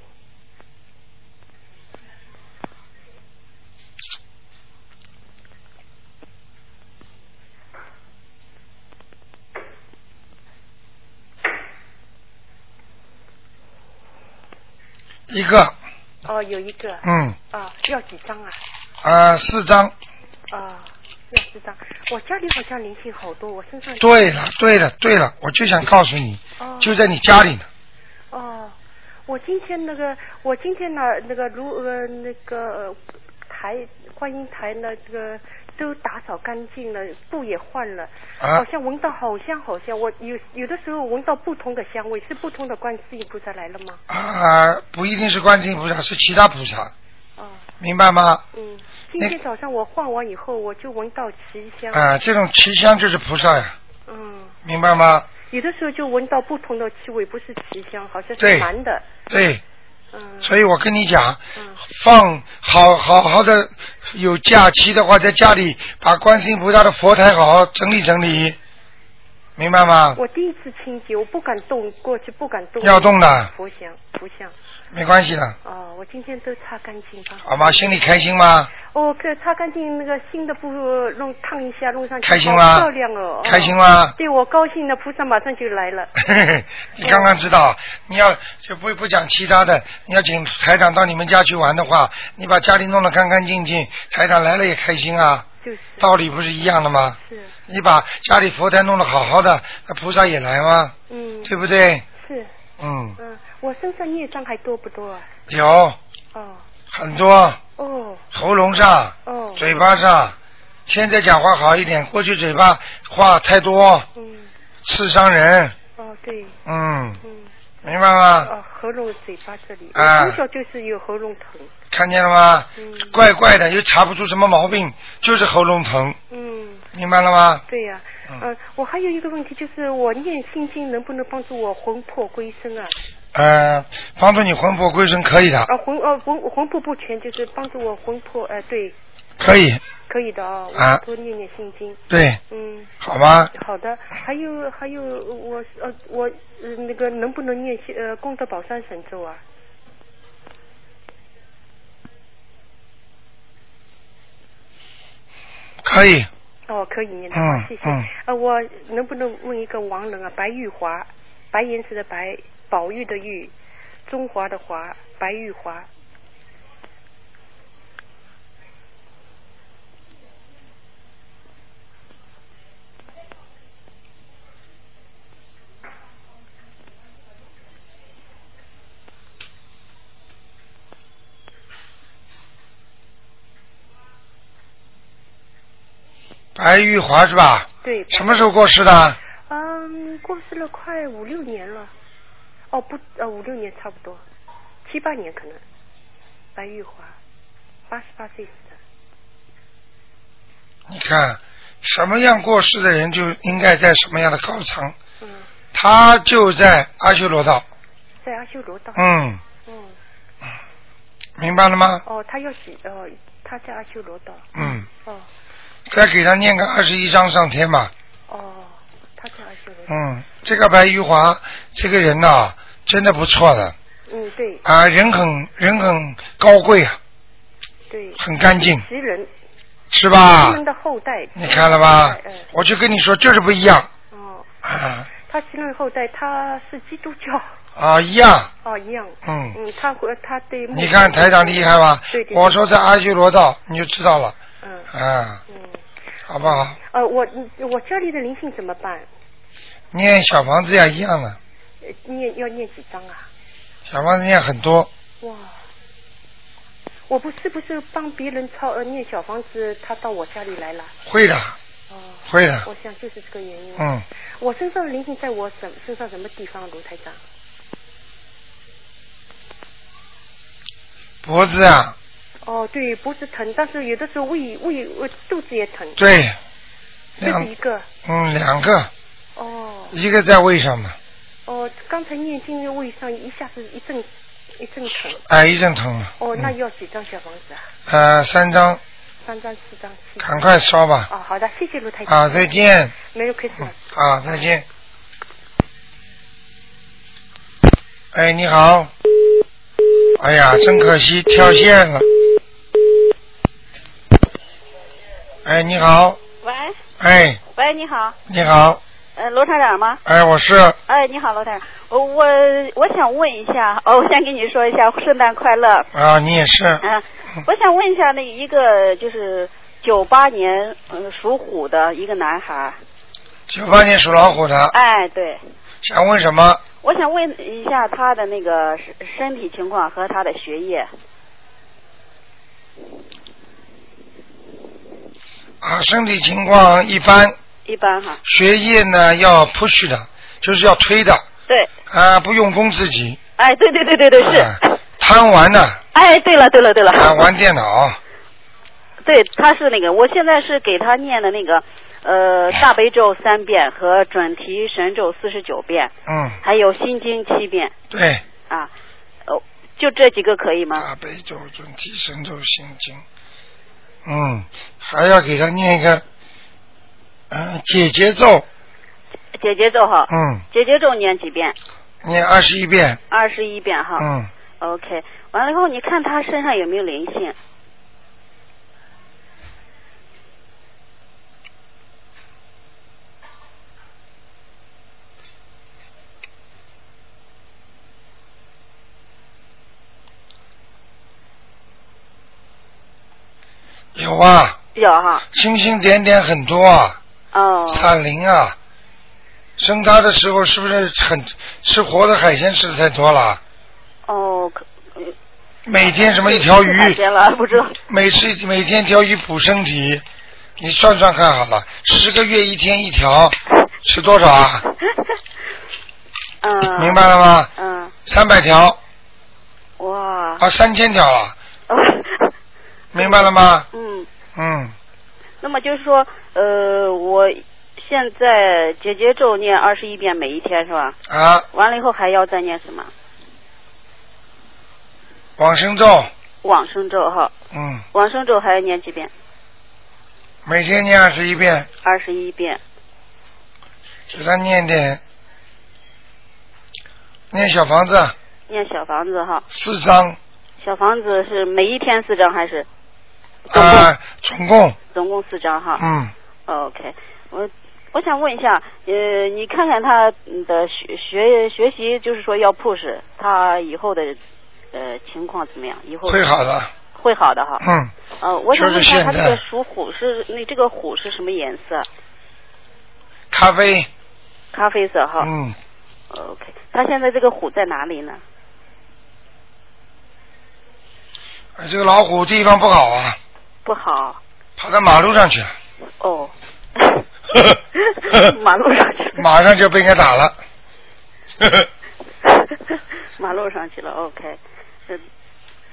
Speaker 1: 一个，
Speaker 7: 哦，有一个。
Speaker 1: 嗯，
Speaker 7: 啊，要几张啊？
Speaker 1: 啊，四张。
Speaker 7: 啊，要几张？我家里好像灵性好多，我身上。
Speaker 1: 对了，对了，对了，我就想告诉你，
Speaker 7: 哦
Speaker 1: 就在你家里呢。
Speaker 7: 哦，我今天那个，我今天呢，那个如呃那个呃台观音台呢，这个都打扫干净了，布也换了，
Speaker 1: 啊
Speaker 7: 好像闻到好香好香。我有有的时候闻到不同的香味，是不同的观世音菩萨来了吗？
Speaker 1: 啊，不一定是观世音菩萨，是其他菩萨，
Speaker 7: 哦，
Speaker 1: 明白吗？
Speaker 7: 嗯，今
Speaker 1: 那
Speaker 7: 天早上我换完以后，我就闻到奇香，
Speaker 1: 啊，这种奇香就是菩萨呀，
Speaker 7: 嗯，
Speaker 1: 明白吗？
Speaker 7: 有的时候就闻到不同的气味，不是奇香，好像
Speaker 1: 对
Speaker 7: 是蛮的，
Speaker 1: 对，
Speaker 7: 嗯
Speaker 1: 所以我跟你讲，
Speaker 7: 嗯
Speaker 1: 放好好好的有假期的话，在家里把观世音菩萨的佛台好好整理整理，明白吗？
Speaker 7: 我第一次清洁，我不敢动，过去不敢动。
Speaker 1: 要动的
Speaker 7: 佛像，佛像。
Speaker 1: 没关系的，
Speaker 7: 哦，我今天都擦干净吧。
Speaker 1: 好吗？心里开心 吗？
Speaker 7: 哦，可擦干净那个新的布弄烫一下，弄上去。
Speaker 1: 开心吗
Speaker 7: 好漂亮哦。哦
Speaker 1: 开心。吗？
Speaker 7: 对我高兴的菩萨马上就来了。
Speaker 1: 你刚刚知道，你要就不不讲其他的，你要请台长到你们家去玩的话，你把家里弄得干干净净，台长来了也开心啊，
Speaker 7: 就是。
Speaker 1: 道理不是一样的吗？
Speaker 7: 是，
Speaker 1: 你把家里佛台弄得好好的，那菩萨也来吗？
Speaker 7: 嗯，
Speaker 1: 对不对？
Speaker 7: 是，
Speaker 1: 嗯，
Speaker 7: 嗯，我身上孽障还多不多啊？
Speaker 1: 有
Speaker 7: 哦，
Speaker 1: 很多，
Speaker 7: 哦，
Speaker 1: 喉咙上、
Speaker 7: 哦，
Speaker 1: 嘴巴上，现在讲话好一点，过去嘴巴话太多，
Speaker 7: 嗯，
Speaker 1: 刺伤人。
Speaker 7: 哦，对，
Speaker 1: 嗯，
Speaker 7: 嗯，
Speaker 1: 明白吗？
Speaker 7: 哦，喉咙、嘴巴这里，
Speaker 1: 啊
Speaker 7: 我从小就是有喉咙疼，
Speaker 1: 看见了吗？
Speaker 7: 嗯
Speaker 1: 怪怪的，又查不出什么毛病，就是喉咙疼，
Speaker 7: 嗯。
Speaker 1: 明白了吗？
Speaker 7: 对呀、
Speaker 1: 嗯
Speaker 7: 嗯、我还有一个问题，就是我念心经能不能帮助我魂魄归身啊？
Speaker 1: 呃，帮助你魂魄归嗯身可以的，
Speaker 7: 啊，魂呃魂魂魄不全，就是帮助我魂魄，呃，对，
Speaker 1: 可以，
Speaker 7: 可以的啊、
Speaker 1: 啊
Speaker 7: 我多念念心经，
Speaker 1: 对，
Speaker 7: 嗯，
Speaker 1: 好吗？
Speaker 7: 好的。还有还有，我呃我呃那个能不能念些呃功德宝山神咒啊？
Speaker 1: 可以，
Speaker 7: 哦，可以念的，
Speaker 1: 嗯
Speaker 7: 谢谢。
Speaker 1: 嗯
Speaker 7: 呃，我能不能问一个亡人啊？白玉华，白岩石的白，宝玉的玉，中华的华，白玉华。
Speaker 1: 白玉华是吧？
Speaker 7: 对，
Speaker 1: 什么时候过世的？
Speaker 7: 嗯，过世了快五六年了，哦不，呃五六年差不多，七八年可能。白玉华，八十八岁死的。
Speaker 1: 你看什么样过世的人就应该在什么样的高层，
Speaker 7: 嗯，
Speaker 1: 他就在阿修罗
Speaker 7: 哦
Speaker 1: 道。
Speaker 7: 在阿修罗道。
Speaker 1: 嗯，
Speaker 7: 嗯。
Speaker 1: 明白了吗？
Speaker 7: 哦，他要许哦，他在阿修罗道。
Speaker 1: 嗯，
Speaker 7: 哦
Speaker 1: 再给他念个二十一章上天吧。
Speaker 7: 哦，他在阿修罗道。
Speaker 1: 嗯，这个白玉华这个人呐、真的不错的
Speaker 7: 嗯，对
Speaker 1: 啊，人很人很高贵啊，
Speaker 7: 对。
Speaker 1: 很干净，
Speaker 7: 石人，
Speaker 1: 是吧
Speaker 7: 石人？的后代。
Speaker 1: 你看了吧
Speaker 7: 嗯？嗯
Speaker 1: 我就跟你说，就是不一样
Speaker 7: 哦，
Speaker 1: 啊
Speaker 7: 他石人后代，他是基督教。
Speaker 1: 啊，一样。
Speaker 7: 哦，一样。
Speaker 1: 嗯，
Speaker 7: 嗯，他和他对牧师。
Speaker 1: 你看台长厉害吧
Speaker 7: 对？对。对
Speaker 1: 我。说在阿修罗道，你就知道了
Speaker 7: 嗯
Speaker 1: 啊，
Speaker 7: 嗯。
Speaker 1: 好不好？
Speaker 7: 呃，我我家里的灵性怎么办？
Speaker 1: 念小房子呀，一样的，
Speaker 7: 呃念要念几张啊？
Speaker 1: 小房子念很多，
Speaker 7: 哇！我不是不是帮别人抄呃念小房子，他到我家里来了。
Speaker 1: 会的，
Speaker 7: 哦，
Speaker 1: 会的
Speaker 7: 我，想就是这个原因。
Speaker 1: 嗯，
Speaker 7: 我身上的灵性在我什身上什么地方，卢台长？
Speaker 1: 脖子啊，
Speaker 7: 哦，对，脖子疼，但是有的时候胃胃胃肚子也疼，
Speaker 1: 对，
Speaker 7: 这
Speaker 1: 两
Speaker 7: 是一个。
Speaker 1: 嗯两个，
Speaker 7: 哦
Speaker 1: 一个在胃上的，
Speaker 7: 哦，刚才念经的胃上一下子一阵一阵疼。
Speaker 1: 哎，嗯一阵疼了，
Speaker 7: 哦，那要几张小房子啊？
Speaker 1: 呃，三张，
Speaker 7: 三张、四张、七张。
Speaker 1: 赶快烧吧，
Speaker 7: 哦，好的，谢谢卢台长。
Speaker 1: 啊，再见，
Speaker 7: Merry Christmas。
Speaker 1: 啊，再见。哎，你好。哎呀，真可惜，跳线了。哎，你好。
Speaker 8: 喂
Speaker 1: 哎，
Speaker 8: 喂，你好，
Speaker 1: 你好。
Speaker 8: 呃，罗厂长吗？
Speaker 1: 哎，我是
Speaker 8: 哎，你好，罗厂长，我我我想问一下，哦，我先跟你说一下，圣诞快乐。
Speaker 1: 啊，你也是
Speaker 8: 嗯、我想问一下那一个就是九八年嗯属虎的一个男孩，
Speaker 1: 九八年属老虎的，
Speaker 8: 哎，对，
Speaker 1: 想问什么？
Speaker 8: 我想问一下他的那个身身体情况和他的学业。
Speaker 1: 啊，身体情况一般，
Speaker 8: 一般哈，
Speaker 1: 学业呢要 push 的，就是要推的
Speaker 8: 对，
Speaker 1: 啊，不用功自己，
Speaker 8: 哎，对对对对对是，
Speaker 1: 啊贪玩呢，
Speaker 8: 哎，对了对了对了，
Speaker 1: 啊，玩电脑，
Speaker 8: 对，他是那个，我现在是给他念的那个，呃，
Speaker 1: 哎
Speaker 8: 大悲咒三遍和准提神咒四十九遍，
Speaker 1: 嗯，
Speaker 8: 还有心经七遍
Speaker 1: 对，
Speaker 8: 啊，哦，就这几个可以吗？
Speaker 1: 大悲咒、准提神咒、心经，嗯，还要给他念一个，嗯、解结咒，
Speaker 8: 姐姐咒哈，
Speaker 1: 嗯，
Speaker 8: 姐姐咒念几遍？
Speaker 1: 念二十一遍，
Speaker 8: 二十一遍哈。
Speaker 1: 嗯，
Speaker 8: OK，完了以后你看他身上有没有灵性？
Speaker 1: 有啊，
Speaker 8: 有哈。
Speaker 1: 星星点点很多啊，
Speaker 8: 哦。
Speaker 1: 闪灵啊，生他的时候是不是很吃活的海鲜吃的太多了？
Speaker 8: 哦，可
Speaker 1: 每天什么一条
Speaker 8: 海
Speaker 1: 鱼，
Speaker 8: 鲜了，不知道。
Speaker 1: 每次每天一条鱼补身体，你算算看好了，十个月一天一条，吃多少 啊？
Speaker 8: 嗯。
Speaker 1: 明。白了吗？
Speaker 8: 嗯，
Speaker 1: 三百条
Speaker 8: 哇。
Speaker 1: 啊，三千条 了，
Speaker 8: 哦
Speaker 1: 明白了吗？
Speaker 8: 嗯。
Speaker 1: 嗯，
Speaker 8: 那么就是说，呃，我现在姐姐咒念二十一遍每一天是吧？
Speaker 1: 啊，
Speaker 8: 完了以后还要再念什么？
Speaker 1: 往生咒，
Speaker 8: 往生咒哈，
Speaker 1: 嗯，
Speaker 8: 往生咒还要念几遍？
Speaker 1: 每天念二十一遍，
Speaker 8: 二十一遍。
Speaker 1: 给他念点，念小房子
Speaker 8: 念小房子哈，
Speaker 1: 四张
Speaker 8: 小房子是每一天四张还是总共、
Speaker 1: 啊，总共，
Speaker 8: 总共四张哈、
Speaker 1: 嗯，
Speaker 8: o k 我我想问一下，呃，你看看他的学学学习，就是说要 push 他以后的呃情况怎么样？以后
Speaker 1: 会好的，
Speaker 8: 会好的哈。
Speaker 1: 嗯，
Speaker 8: 呃，我想问一
Speaker 1: 就是
Speaker 8: 下，
Speaker 1: 现
Speaker 8: 它
Speaker 1: 在
Speaker 8: 这个属虎是那这个虎是什么颜色？
Speaker 1: 咖啡，
Speaker 8: 咖啡色哈。
Speaker 1: 嗯，
Speaker 8: OK，它现在这个虎在哪里呢？
Speaker 1: 啊这个老虎地方不好啊，
Speaker 8: 不好
Speaker 1: 跑到马路上去了，
Speaker 8: 哦，马路上去了，
Speaker 1: 马上就被人家打 了，呵呵，
Speaker 8: 马路上去了。OK，是，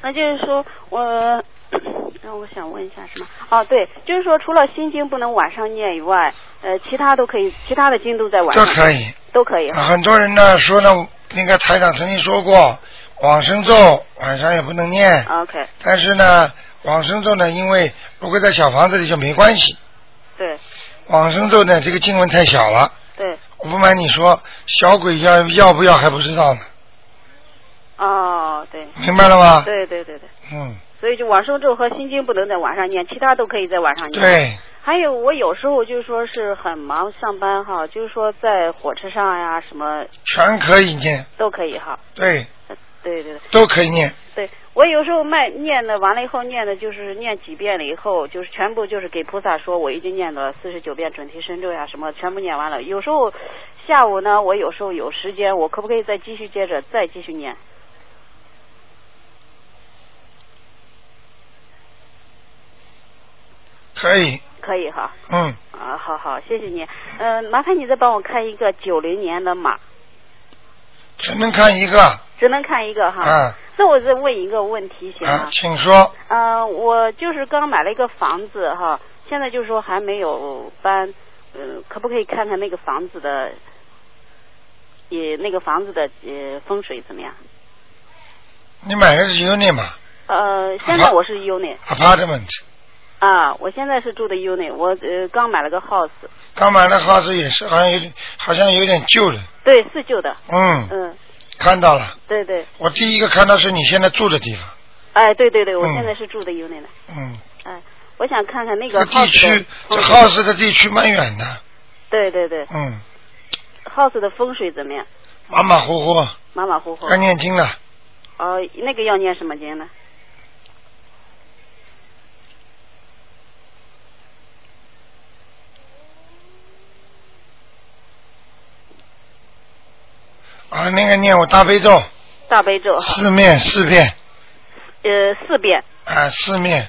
Speaker 8: 那就是说我那我想问一下什么？哦，对，就是说除了心经不能晚上念以外，呃，其他都可以，其他的经都在晚
Speaker 1: 这
Speaker 8: 上。
Speaker 1: 可以。
Speaker 8: 都可以。
Speaker 1: 啊很多人呢说呢，那个台长曾经说过，往生咒晚上也不能念，
Speaker 6: 啊
Speaker 8: OK，
Speaker 1: 但是呢，往生咒呢，因为如果在小房子里就没关系。
Speaker 8: 对
Speaker 1: 往生咒呢，这个经文太小了。
Speaker 8: 对，
Speaker 1: 我不瞒你说，小鬼要要不要还不知道呢，
Speaker 8: 哦，对。
Speaker 1: 明白了吗？
Speaker 8: 对对对对，
Speaker 1: 嗯，
Speaker 8: 所以就往生咒和心经不能在晚上念，其他都可以在晚上念。。
Speaker 1: 对，
Speaker 8: 还有我有时候就是说是很忙上班哈，就是说在火车上呀什么
Speaker 1: 全可以念，
Speaker 8: 都可以哈。
Speaker 1: 对，
Speaker 8: 对对对
Speaker 1: 都可以念。
Speaker 8: 对，我有时候卖念的完了以后念的就是念几遍了以后，就是全部就是给菩萨说我已经念了四十九遍准提神咒呀什么全部念完了。有时候下午呢，我有时候有时间，我可不可以再继续接着再继续念？
Speaker 1: 可以，
Speaker 8: 可以哈。
Speaker 1: 嗯，
Speaker 8: 啊，好好，谢谢你。嗯、麻烦你再帮我看一个九零年的马，
Speaker 1: 只能看一个
Speaker 8: 只能看一个哈。
Speaker 1: 啊
Speaker 8: 那我再问一个问题行
Speaker 1: 啊
Speaker 8: 吗，？
Speaker 1: 请说，
Speaker 8: 呃，我就是刚买了一个房子哈，现在就是说还没有搬，呃，可不可以看看那个房子的，也那个房子的呃风水怎么样？
Speaker 1: 你买的是 unit 嘛
Speaker 8: 呃，现在我是 unit
Speaker 1: ？apartment，
Speaker 8: 啊，我现在是住的 unit，我呃刚买了个 house，
Speaker 1: 刚买的 house 也是好像有点好像有点旧了，
Speaker 8: 对，是旧的，
Speaker 1: 嗯，
Speaker 8: 嗯，
Speaker 1: 看到了。
Speaker 8: 对对，
Speaker 1: 我第一个看到是你现在住的地方，
Speaker 8: 哎，对对对，我
Speaker 1: 嗯
Speaker 8: 现在是住的 unit 的，
Speaker 1: 嗯，
Speaker 8: 哎，我想看看那
Speaker 1: 这
Speaker 8: 个
Speaker 1: 地
Speaker 8: house
Speaker 1: 区
Speaker 8: 的
Speaker 1: 这
Speaker 8: 风水
Speaker 1: house 的地区蛮远的，
Speaker 8: 对对对
Speaker 1: 嗯，
Speaker 8: ，house 的风水怎么样？
Speaker 1: 马马虎虎，
Speaker 8: 马马虎虎。
Speaker 1: 该念经了。
Speaker 8: 哦，那个要念什么经呢？
Speaker 1: 啊，那个念我大悲咒，
Speaker 8: 大悲咒，
Speaker 1: 四面四遍，
Speaker 8: 呃，四遍，
Speaker 1: 啊，四面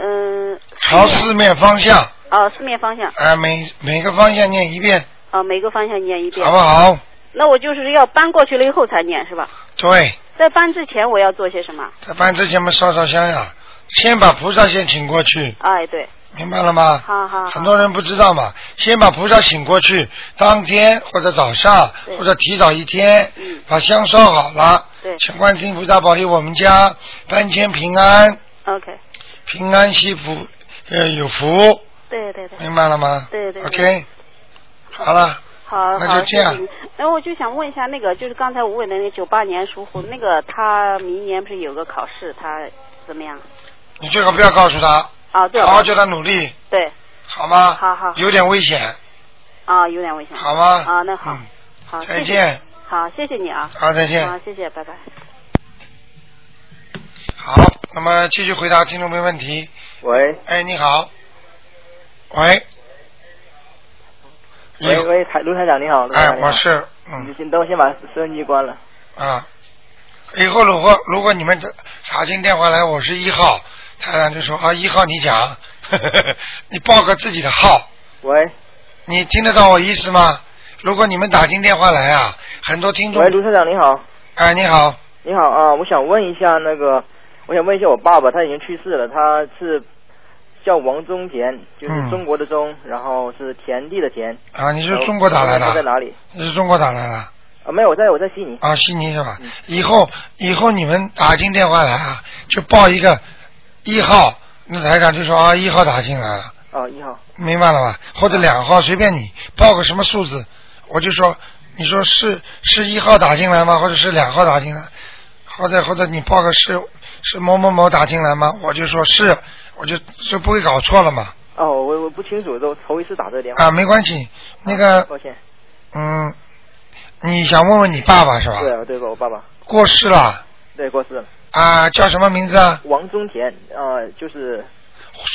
Speaker 8: 嗯、
Speaker 1: 朝四面方向，
Speaker 8: 哦，四面方向，
Speaker 1: 啊，每每个方向念一遍，
Speaker 8: 哦，每个方向念一遍
Speaker 1: 好。不好？
Speaker 8: 那我就是要搬过去了以后才念是吧？
Speaker 1: 对，
Speaker 8: 在搬之前我要做些什么？
Speaker 1: 在搬之前嘛烧烧香呀，先把菩萨先请过去，
Speaker 8: 哎，对，
Speaker 1: 明白了吗？
Speaker 8: 好好好
Speaker 1: 很多人不知道嘛，先把菩萨请过去，当天或者早上
Speaker 8: 对
Speaker 1: 或者提早一天
Speaker 8: 嗯，
Speaker 1: 把香烧好了，
Speaker 8: 对
Speaker 1: 请观世音菩萨保佑我们家搬迁平安，
Speaker 8: ，OK，
Speaker 1: 平安惜福，呃，有福，
Speaker 8: 对对对，
Speaker 1: 明白了吗？
Speaker 8: 对对对
Speaker 1: 啊 OK，好了，
Speaker 8: 好好，
Speaker 1: 那就这样
Speaker 8: 谢谢你。那我就想问一下，那个就是刚才我问的那九八年属虎，那个他明年不是有个考试，他怎么样？
Speaker 1: 你最好不要告诉他，
Speaker 8: 啊，对，
Speaker 1: 好好叫他努力，
Speaker 8: 对，
Speaker 1: 好吗？
Speaker 8: 好好
Speaker 1: 有点危险，
Speaker 8: 啊，有点危险。
Speaker 1: 好吗？
Speaker 8: 啊，那好，
Speaker 1: 嗯
Speaker 8: 好，
Speaker 1: 再
Speaker 8: 谢谢。
Speaker 1: 见，
Speaker 8: 好，谢谢你啊。
Speaker 1: 好，再见。
Speaker 8: 好，谢谢，拜拜。
Speaker 1: 好，那么继续回答听众朋友问题。
Speaker 6: 喂
Speaker 1: 哎，你好，喂，你
Speaker 6: 喂喂，台卢台长你好，卢台
Speaker 1: 哎
Speaker 6: 长，你好
Speaker 1: 我是，
Speaker 6: 你
Speaker 1: 嗯
Speaker 6: 你等我先把收音机关了。
Speaker 1: 啊，以后如果如果你们打打进电话来，我是一号，台长就说啊，一号你讲， 你报个自己的号，
Speaker 6: 喂
Speaker 1: 你听得到我意思吗？如果你们打进电话来啊，很多听众
Speaker 6: 喂，，卢台长你好，
Speaker 1: 哎，你好，
Speaker 6: 你好啊，我想问一下那个，我想问一下我爸爸，他已经去世了，他是叫王宗田，就是
Speaker 1: 嗯
Speaker 6: 中国的中，然后是田地的田。
Speaker 1: 啊，你
Speaker 6: 你
Speaker 1: 是中国打来
Speaker 6: 在
Speaker 1: 的，
Speaker 6: 哪里？
Speaker 1: 你是中国打来的。
Speaker 6: 啊，没有，我在我在悉尼。
Speaker 1: 啊，悉尼是吧？以后以后你们打进电话来啊，就报一个一号，那台长就说啊一号打进来了，
Speaker 6: 哦，一号。
Speaker 1: 明白了吧？或者两号随便你报个什么数字，我就说你说是是一号打进来吗？或者是两号打进来？或者或者你报个是是某某某打进来吗？我就说是，我就就不会搞错了嘛。
Speaker 6: 哦，我我不清楚，都头一次打这个电话。
Speaker 1: 啊，没关系，那个
Speaker 6: 抱歉，
Speaker 1: 嗯，你想问问你爸爸是吧？
Speaker 6: 对对吧，我爸爸
Speaker 1: 过世了
Speaker 6: 对过世了，
Speaker 1: 啊，叫什么名字啊？
Speaker 6: 王宗田，呃，就是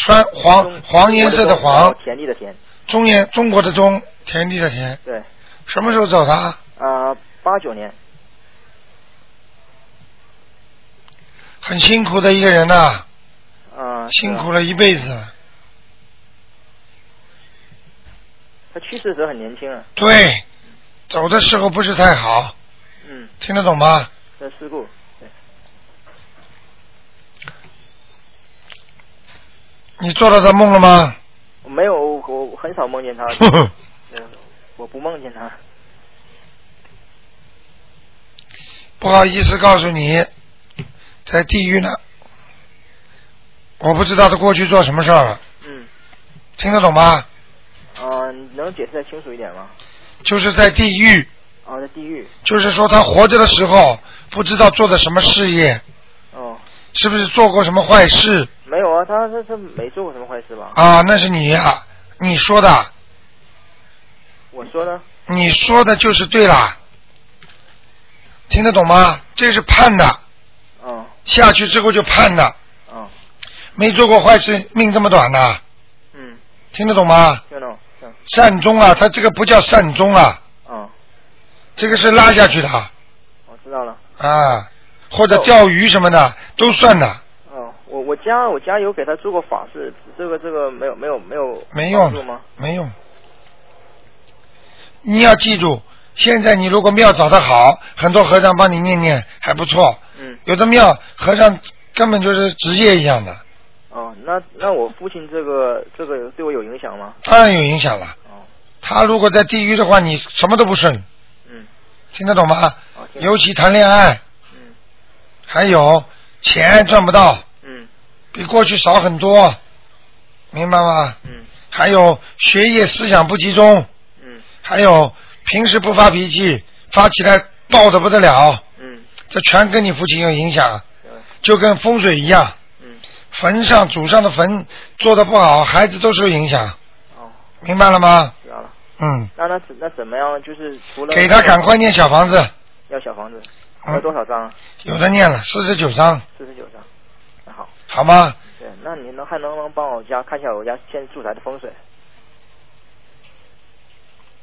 Speaker 1: 川黄
Speaker 6: 中
Speaker 1: 黄颜色的
Speaker 6: 中国中然
Speaker 1: 黄
Speaker 6: 后，田地的田，
Speaker 1: 中颜中国的中，田地的田。
Speaker 6: 对，
Speaker 1: 什么时候走的？
Speaker 6: 啊，八九年。
Speaker 1: 很辛苦的一个人呐、
Speaker 6: 啊，是
Speaker 1: 辛
Speaker 6: 啊
Speaker 1: 苦了一辈子。
Speaker 6: 他去世的时候很年轻啊，
Speaker 1: 对，走的时候不是太好，
Speaker 6: 嗯，
Speaker 1: 听得懂吗？
Speaker 6: 的事故，
Speaker 1: 你做到他梦了吗？，
Speaker 6: 我没有，我我很少梦见他 嗯我不梦见他。
Speaker 1: 不好意思告诉你，在地狱呢。我不知道他过去做什么事儿了，
Speaker 6: 嗯，
Speaker 1: 听得懂吗？
Speaker 6: 啊、你能解释的清楚一点吗？
Speaker 1: 就是在地狱，
Speaker 6: 啊、在地狱。
Speaker 1: 就是说他活着的时候不知道做的什么事业，
Speaker 6: 哦，
Speaker 1: 是不是做过什么坏事
Speaker 6: 没有啊，他他他没做过什么坏事吧？
Speaker 1: 啊？那是你呀、你说的，
Speaker 6: 我说呢？
Speaker 1: 你说的就是对啦。听得懂吗？这是判的，
Speaker 6: 嗯
Speaker 1: 下去之后就判的，
Speaker 6: 嗯
Speaker 1: 没做过坏事，命这么短呐、
Speaker 6: 嗯，
Speaker 1: 听得懂吗？
Speaker 6: 听懂，嗯
Speaker 1: 善终啊，他这个不叫善终啊，
Speaker 6: 嗯，
Speaker 1: 这个是拉下去的
Speaker 6: 我知道了。
Speaker 1: 啊，或者钓鱼什么的都算的，
Speaker 6: 嗯，我我家我家有给他做过法事，这个这个没有没有没有
Speaker 1: 没用
Speaker 6: 帮助吗？
Speaker 1: 没用。你要记住，现在你如果庙找得好，很多和尚帮你念念还不错，
Speaker 6: 嗯，
Speaker 1: 有的庙和尚根本就是职业一样的，
Speaker 6: 哦，那那我父亲这个这个对我有影响吗？
Speaker 1: 当然有影响了。
Speaker 6: 哦，
Speaker 1: 他如果在地狱的话，你什么都不顺，
Speaker 6: 嗯，
Speaker 1: 听得懂吗？
Speaker 6: 哦，听
Speaker 1: 尤其谈恋爱，
Speaker 6: 嗯
Speaker 1: 还有钱赚不到，
Speaker 6: 嗯
Speaker 1: 比过去少很多，明白吗？
Speaker 6: 嗯
Speaker 1: 还有学业思想不集中，
Speaker 6: 嗯
Speaker 1: 还有平时不发脾气，发起来暴的不得了，
Speaker 6: 嗯
Speaker 1: 这全跟你父亲有影响，
Speaker 6: 嗯
Speaker 1: 就跟风水一样，
Speaker 6: 嗯，
Speaker 1: 坟上祖上的坟做的不好，孩子都受影响，
Speaker 6: 哦，
Speaker 1: 明白了吗？
Speaker 6: 知道了。
Speaker 1: 嗯，
Speaker 6: 那那怎那怎么样？就是除了
Speaker 1: 给他赶快念小房子，
Speaker 6: 要小房子，
Speaker 1: 嗯
Speaker 6: 要多少张啊？
Speaker 1: 有的念了四十九章，
Speaker 6: 四十九张。那好，
Speaker 1: 好吗？
Speaker 6: 对，那你能还能不能帮我家看一下我家现在住宅的风水？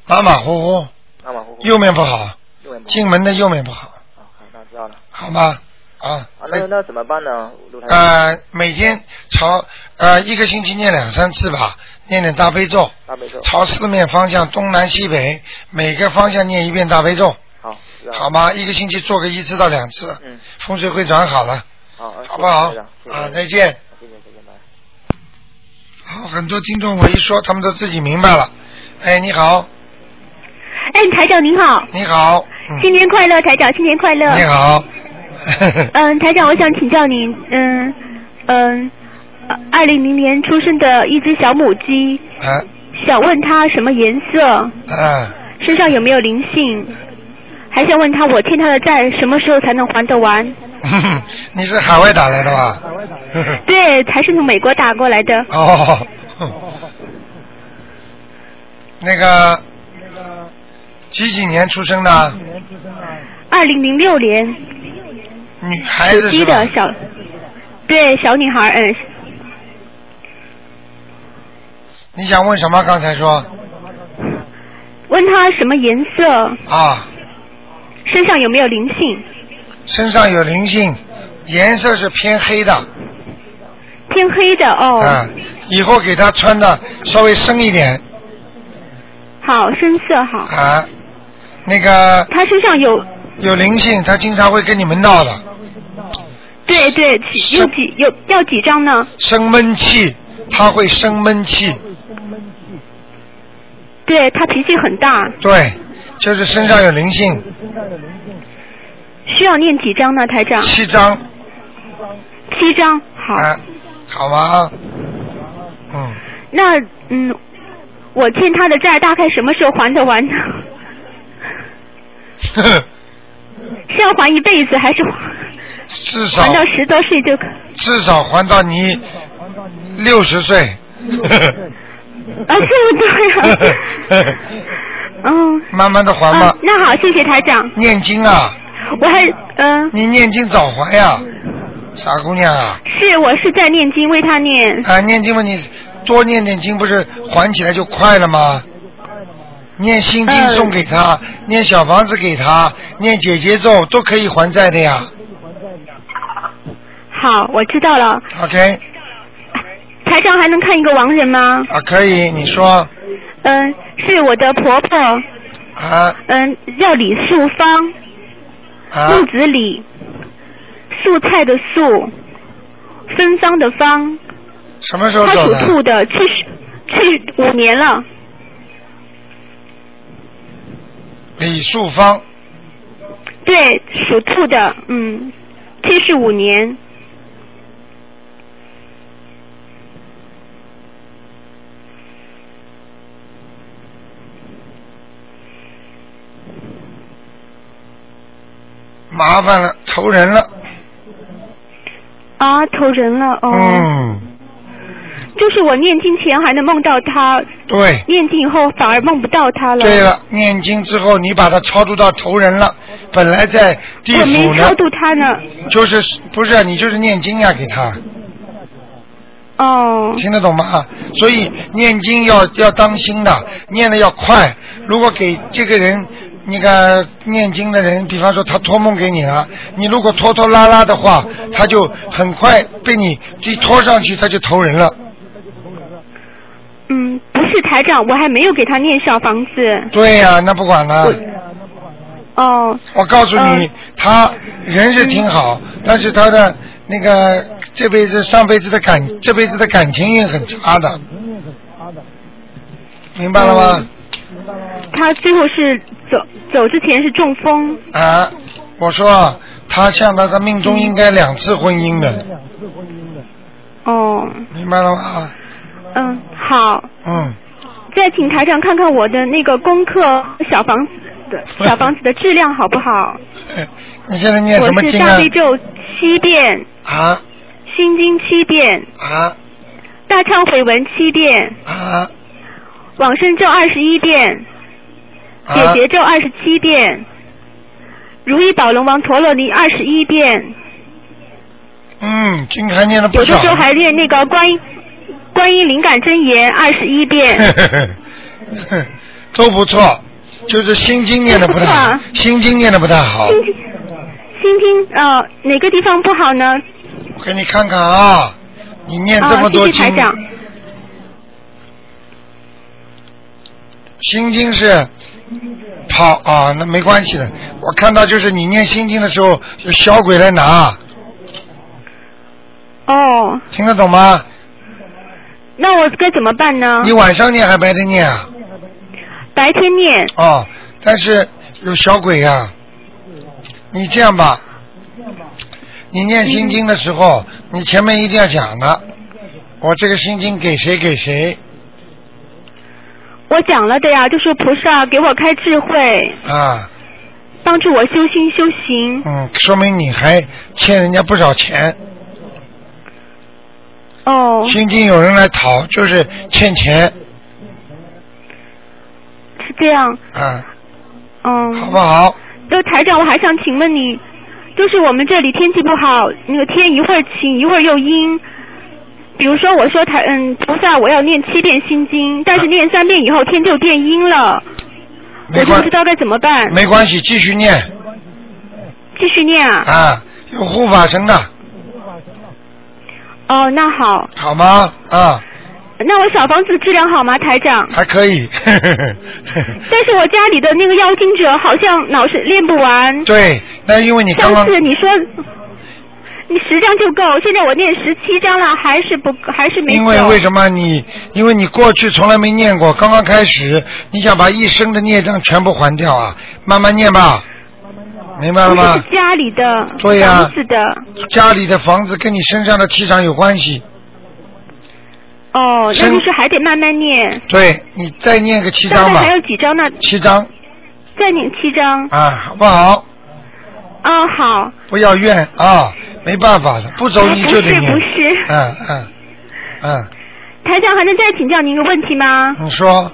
Speaker 1: 马马虎虎，
Speaker 6: 马马虎虎。
Speaker 1: 右面不好，
Speaker 6: 嗯右眼不好。
Speaker 1: 进门的右面不好，
Speaker 6: 啊，好那知道了。
Speaker 1: 好吗？啊
Speaker 6: 啊，，
Speaker 1: 再
Speaker 6: 那那怎么办呢？卢台长。
Speaker 1: 呃，每天朝呃一个星期念两三次吧，念点大悲咒，
Speaker 6: 大悲咒。
Speaker 1: 朝四面方向东南西北每个方向念一遍大悲咒，
Speaker 6: 好，知道了。
Speaker 1: 好吗？一个星期做个一次到两次，
Speaker 6: 嗯，
Speaker 1: 风水会转好了，
Speaker 6: 好，啊
Speaker 1: 好不好
Speaker 6: 谢谢台长？谢谢
Speaker 1: 啊，再见。
Speaker 6: 谢谢，再见，拜拜。
Speaker 1: 好，很多听众我一说，他们都自己明白了。哎，你好，
Speaker 9: 哎，台长您好，
Speaker 1: 你好，嗯，
Speaker 9: 新年快乐，台长，新年快乐。
Speaker 1: 你好，
Speaker 9: 嗯，台长，我想请教您，嗯嗯，二零零年出生的一只小母鸡，
Speaker 1: 啊
Speaker 9: 想问它什么颜色，
Speaker 1: 啊，
Speaker 9: 身上有没有灵性，还想问他我欠他的债什么时候才能还得完？
Speaker 1: 你是海外打来的吧？
Speaker 9: 对，还是从美国打过来的。
Speaker 1: 哦，哼那个几几年出生的？
Speaker 9: 二零零六年，
Speaker 1: 女孩子
Speaker 9: 鸡
Speaker 1: 是吧
Speaker 9: 的？小，对，小女孩，嗯，
Speaker 1: 你想问什么？刚才说
Speaker 9: 问她什么颜色，
Speaker 1: 啊，
Speaker 9: 身上有没有灵性，
Speaker 1: 身上有灵性，颜色是偏黑的。
Speaker 9: 偏黑的哦。
Speaker 1: 啊，以后给她穿的稍微深一点
Speaker 9: 好，深色好。
Speaker 1: 啊。那个
Speaker 9: 他身上有，
Speaker 1: 有灵性，她经常会跟你们闹的，
Speaker 9: 对对，几有几有要几张呢？
Speaker 1: 生闷气，她会生闷气。
Speaker 9: 对他脾气很大，
Speaker 1: 对，就是身上有灵 性，
Speaker 9: 需要念几张呢，台长？
Speaker 1: 七张
Speaker 9: 七张，好。
Speaker 1: 啊，好吗？嗯，
Speaker 9: 那嗯，我欠他的债大概什么时候还得完呢？
Speaker 1: 呵呵
Speaker 9: 是要还一辈子，还是
Speaker 1: 至少
Speaker 9: 还到十多岁就可？
Speaker 1: 至少还到你六十 岁。
Speaker 9: 啊，这么多呀？嗯。
Speaker 1: 慢慢的还吧
Speaker 9: 啊，，那好，谢谢台长。
Speaker 1: 念经啊，
Speaker 9: 我还嗯、
Speaker 1: 你念经早还呀、傻姑娘啊，
Speaker 9: 是我是在念经，为他念。
Speaker 1: 啊，念经嘛，你多念点经，不是还起来就快了吗？念心经
Speaker 9: 嗯
Speaker 1: 送给他，念小房子给他，念姐姐咒都可以还债的呀。
Speaker 9: 好，我知道了。
Speaker 1: OK，
Speaker 9: 台长还能看一个亡人吗？
Speaker 1: 啊，可以，你说
Speaker 9: 嗯，是我的婆婆，
Speaker 1: 啊
Speaker 9: 嗯，叫李素芳，
Speaker 1: 啊
Speaker 9: 木子李，素菜的素，芬芳的芳，
Speaker 1: 什么时候
Speaker 9: 他
Speaker 1: 走
Speaker 9: 属
Speaker 1: 的？
Speaker 9: 兔的，去世去五年了，
Speaker 1: 李树芳，
Speaker 9: 对，属兔的，嗯，去世五年，
Speaker 1: 麻烦了，投人了。
Speaker 9: 啊，投人了，哦，
Speaker 1: 嗯，
Speaker 9: 就是我念经前还能梦到他，
Speaker 1: 对，
Speaker 9: 念经以后反而梦不到他了。
Speaker 1: 对了，念经之后你把它超度到投人了，本来在地
Speaker 9: 我没
Speaker 1: 府呢
Speaker 9: 超，度他呢，
Speaker 1: 就是不是啊你就是念经呀、给他，
Speaker 9: 哦，
Speaker 1: 听得懂吗？所以念经要要当心的，念的要快。如果给这个人那个念经的人，比方说他托梦给你了，你如果拖拖拉拉的话，他就很快被你一拖上去，他就投人了。
Speaker 9: 嗯，不是台长，我还没有给他念小房子，
Speaker 1: 对呀、那不管了。
Speaker 9: 哦，
Speaker 1: 我告诉你，
Speaker 9: 嗯
Speaker 1: 他人是挺好，但是他的那个这辈子、上辈子的感，这辈子的感情运很差的，明白了吗？
Speaker 9: 嗯他最后是走走之前是中风，
Speaker 1: 啊，我说啊他像他的命中应该两次婚姻的，
Speaker 9: 哦，
Speaker 1: 明白了吗？啊
Speaker 9: 嗯，好，
Speaker 1: 嗯，
Speaker 9: 再请台长看看我的那个功课小房子 的小房子的质量好不好？
Speaker 1: 你现在念什么
Speaker 9: 我是
Speaker 1: 经
Speaker 9: 大
Speaker 1: 啊？
Speaker 9: 悲咒七遍，
Speaker 1: 啊
Speaker 9: 心经七遍，
Speaker 1: 啊
Speaker 9: 大忏悔文七遍，
Speaker 1: 啊
Speaker 9: 往生咒二十一遍，解
Speaker 1: 啊！
Speaker 9: 结咒二十七遍，如意宝龙王陀罗尼二十一遍，
Speaker 1: 嗯， 经还念了不
Speaker 9: 有的
Speaker 1: 少。
Speaker 9: 时候还念那个观音观音灵感真言二十 一遍。
Speaker 1: 都不错，就是心经念的不
Speaker 9: 嗯都不
Speaker 1: 太
Speaker 9: 错
Speaker 1: 好
Speaker 9: 啊，
Speaker 1: 心经念的不太好。
Speaker 9: 心经心经呃哪个地方不好呢？
Speaker 1: 我给你看看啊，你念这
Speaker 9: 啊，
Speaker 1: 么多
Speaker 9: 谢谢
Speaker 1: 经，
Speaker 9: 台长。
Speaker 1: 心经是跑啊，那没关系的。我看到就是你念心经的时候，有小鬼来拿，
Speaker 9: 哦，
Speaker 1: 听得懂吗？
Speaker 9: 那我该怎么办呢？
Speaker 1: 你晚上念还白天念啊？
Speaker 9: 白天念
Speaker 1: 哦，但是有小鬼呀、你这样吧，你念心经的时候，你前面一定要讲的，我这个心经给谁给谁
Speaker 9: 我讲了的呀，就说菩萨给我开智慧，
Speaker 1: 啊，
Speaker 9: 帮助我修心修行。
Speaker 1: 嗯，说明你还欠人家不少钱。
Speaker 9: 哦，
Speaker 1: 心经有人来讨，就是欠钱
Speaker 9: 是这样，
Speaker 1: 啊，
Speaker 9: 嗯。
Speaker 1: 好不好？
Speaker 9: 就台长，我还想请问你，就是我们这里天气不好，那个天一会儿晴一会儿又阴。比如说，我说台嗯菩萨，我要念七遍心经，但是念三遍以后天就变阴了，我
Speaker 1: 没
Speaker 9: 就不
Speaker 1: 关
Speaker 9: 知道该怎么办。
Speaker 1: 没关系，继续念
Speaker 9: 继续念啊。
Speaker 1: 啊，有护法神的，
Speaker 9: 哦，那好，
Speaker 1: 好吗？啊，
Speaker 9: 那我小房子质量好吗，台长？
Speaker 1: 还可以。
Speaker 9: 但是我家里的那个妖精者好像老是练不完。
Speaker 1: 对，那因为你刚
Speaker 9: 上
Speaker 1: 刚
Speaker 9: 次你说你十张就够，现在我念十七张了，还是不还是没够。
Speaker 1: 因为为什么你？因为你过去从来没念过，刚刚开始，你想把一生的孽障全部还掉啊，慢慢念吧，明白了
Speaker 9: 不
Speaker 1: 吗
Speaker 9: 是？家里的，
Speaker 1: 对呀
Speaker 9: 房子的。
Speaker 1: 家里的房子跟你身上的气场有关系，
Speaker 9: 哦，
Speaker 1: 生
Speaker 9: 那就是还得慢慢念。
Speaker 1: 对你再念个七
Speaker 9: 大
Speaker 1: 章
Speaker 9: 概
Speaker 1: 吧
Speaker 9: 还，有几张呢？
Speaker 1: 七章
Speaker 9: 再念七张。
Speaker 1: 啊，好不好？
Speaker 9: 哦，好。
Speaker 1: 不要怨啊，没办法的，不走你就得
Speaker 9: 不是
Speaker 1: 念
Speaker 9: 不。是，
Speaker 1: 嗯嗯嗯，
Speaker 9: 台长还能再请教您一个问题吗？
Speaker 1: 你说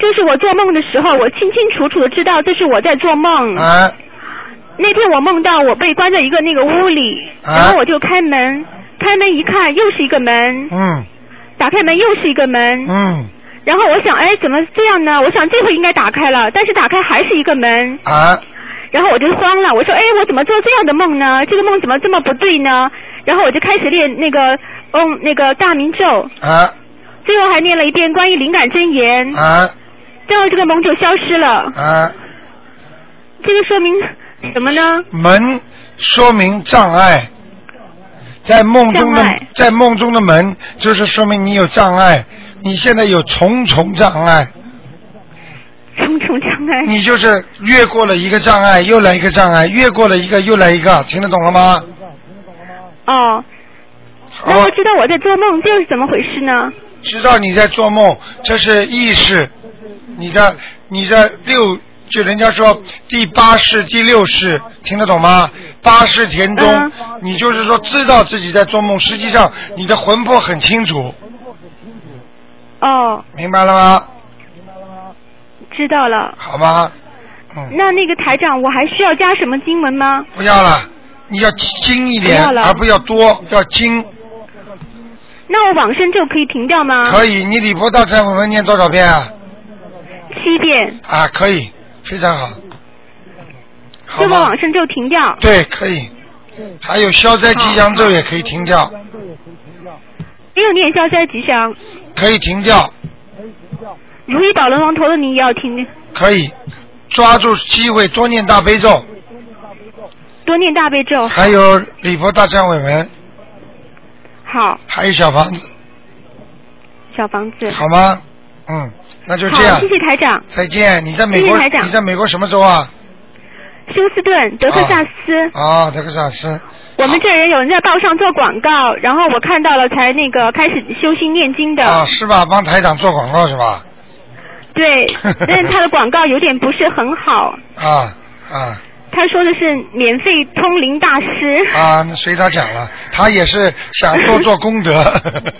Speaker 9: 就是我做梦的时候，我清清楚楚的知道这是我在做梦。
Speaker 1: 啊
Speaker 9: 那天我梦到我被关在一个那个屋里，
Speaker 1: 啊
Speaker 9: 然后我就开门，开门一看又是一个门，
Speaker 1: 嗯
Speaker 9: 打开门又是一个门，
Speaker 1: 嗯
Speaker 9: 然后我想，哎，怎么这样呢？我想这回应该打开了，但是打开还是一个门，
Speaker 1: 啊
Speaker 9: 然后我就慌了，我说，哎，我怎么做这样的梦呢？这个梦怎么这么不对呢？然后我就开始练那个，嗯，那个大明咒，
Speaker 1: 啊
Speaker 9: 最后还念了一遍关于灵感真言，
Speaker 1: 啊
Speaker 9: 最后这个梦就消失了。
Speaker 1: 啊，
Speaker 9: 这个说明什么呢？
Speaker 1: 门说明障碍，在梦中的
Speaker 9: 障碍
Speaker 1: 在梦中的门，就是说明你有障碍，你现在有重重障碍，
Speaker 9: 重重障碍。
Speaker 1: 你就是越过了一个障碍，又来一个障碍，越过了一个又来一个，听得懂了吗？
Speaker 9: 哦，
Speaker 1: 好
Speaker 9: 那不知道我在做梦，这又是怎么回事呢？
Speaker 1: 知道你在做梦，这是意识，你的你的六，就人家说第八世、第六世，听得懂吗？八世田中，
Speaker 9: 嗯
Speaker 1: 你就是说知道自己在做梦，实际上你的魂魄很清楚，
Speaker 9: 哦，
Speaker 1: 明白了吗？
Speaker 9: 知道了。
Speaker 1: 好吗？嗯，
Speaker 9: 那那个台长，我还需要加什么经文吗？
Speaker 1: 不要了，你要精一点
Speaker 9: 不要，了
Speaker 1: 而不要多，要精。
Speaker 9: 那我往生咒可以停掉吗？
Speaker 1: 可以，你礼佛大忏悔文念多少遍啊？
Speaker 9: 七遍，
Speaker 1: 啊，可以，非常好。好
Speaker 9: 就把
Speaker 1: 吗
Speaker 9: 往？生咒停掉。
Speaker 1: 对，可以。还有消灾吉祥咒也可以停掉，
Speaker 9: 没有念消灾吉祥，
Speaker 1: 可以停掉，
Speaker 9: 如意宝轮王陀罗尼也要停，
Speaker 1: 可以抓住机会多念大悲咒，
Speaker 9: 多念大悲咒。
Speaker 1: 还有礼佛大忏悔文，
Speaker 9: 好，
Speaker 1: 还有小房子，
Speaker 9: 小房子。
Speaker 1: 好吗？嗯，那就这
Speaker 9: 好，
Speaker 1: 样
Speaker 9: 谢，谢台长。
Speaker 1: 再见。你在美
Speaker 9: 谢
Speaker 1: 国
Speaker 9: 谢台，长
Speaker 1: 你在美国什么州啊？
Speaker 9: 休斯顿，德克萨斯。
Speaker 1: 啊，德克萨斯。
Speaker 9: 我们这儿也有人在报上做广告，然后我看到了，才那个开始修心念经 的。
Speaker 1: 啊，是吧？帮台长做广告是吧？
Speaker 9: 对，但是他的广告有点不是很好。
Speaker 1: 啊啊
Speaker 9: 他说的是免费通灵大师。
Speaker 1: 啊！那随他讲了，他也是想多做功德，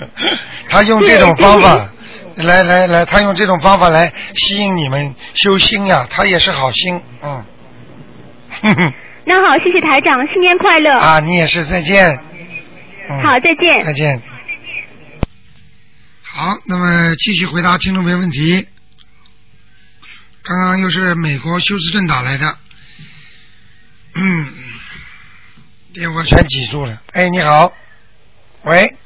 Speaker 1: 他用这种
Speaker 9: 对对
Speaker 1: 方法 来来来，他用这种方法来吸引你们修心呀、他也是好心，嗯。
Speaker 9: 那好，谢谢台长，新年快乐。
Speaker 1: 啊，你也是，再见。嗯、
Speaker 9: 好，再见。
Speaker 1: 再见。好，那么继续回答听众朋友问题。刚刚又是美国休斯顿打来的，嗯，电话全挤住了。哎，你好，喂，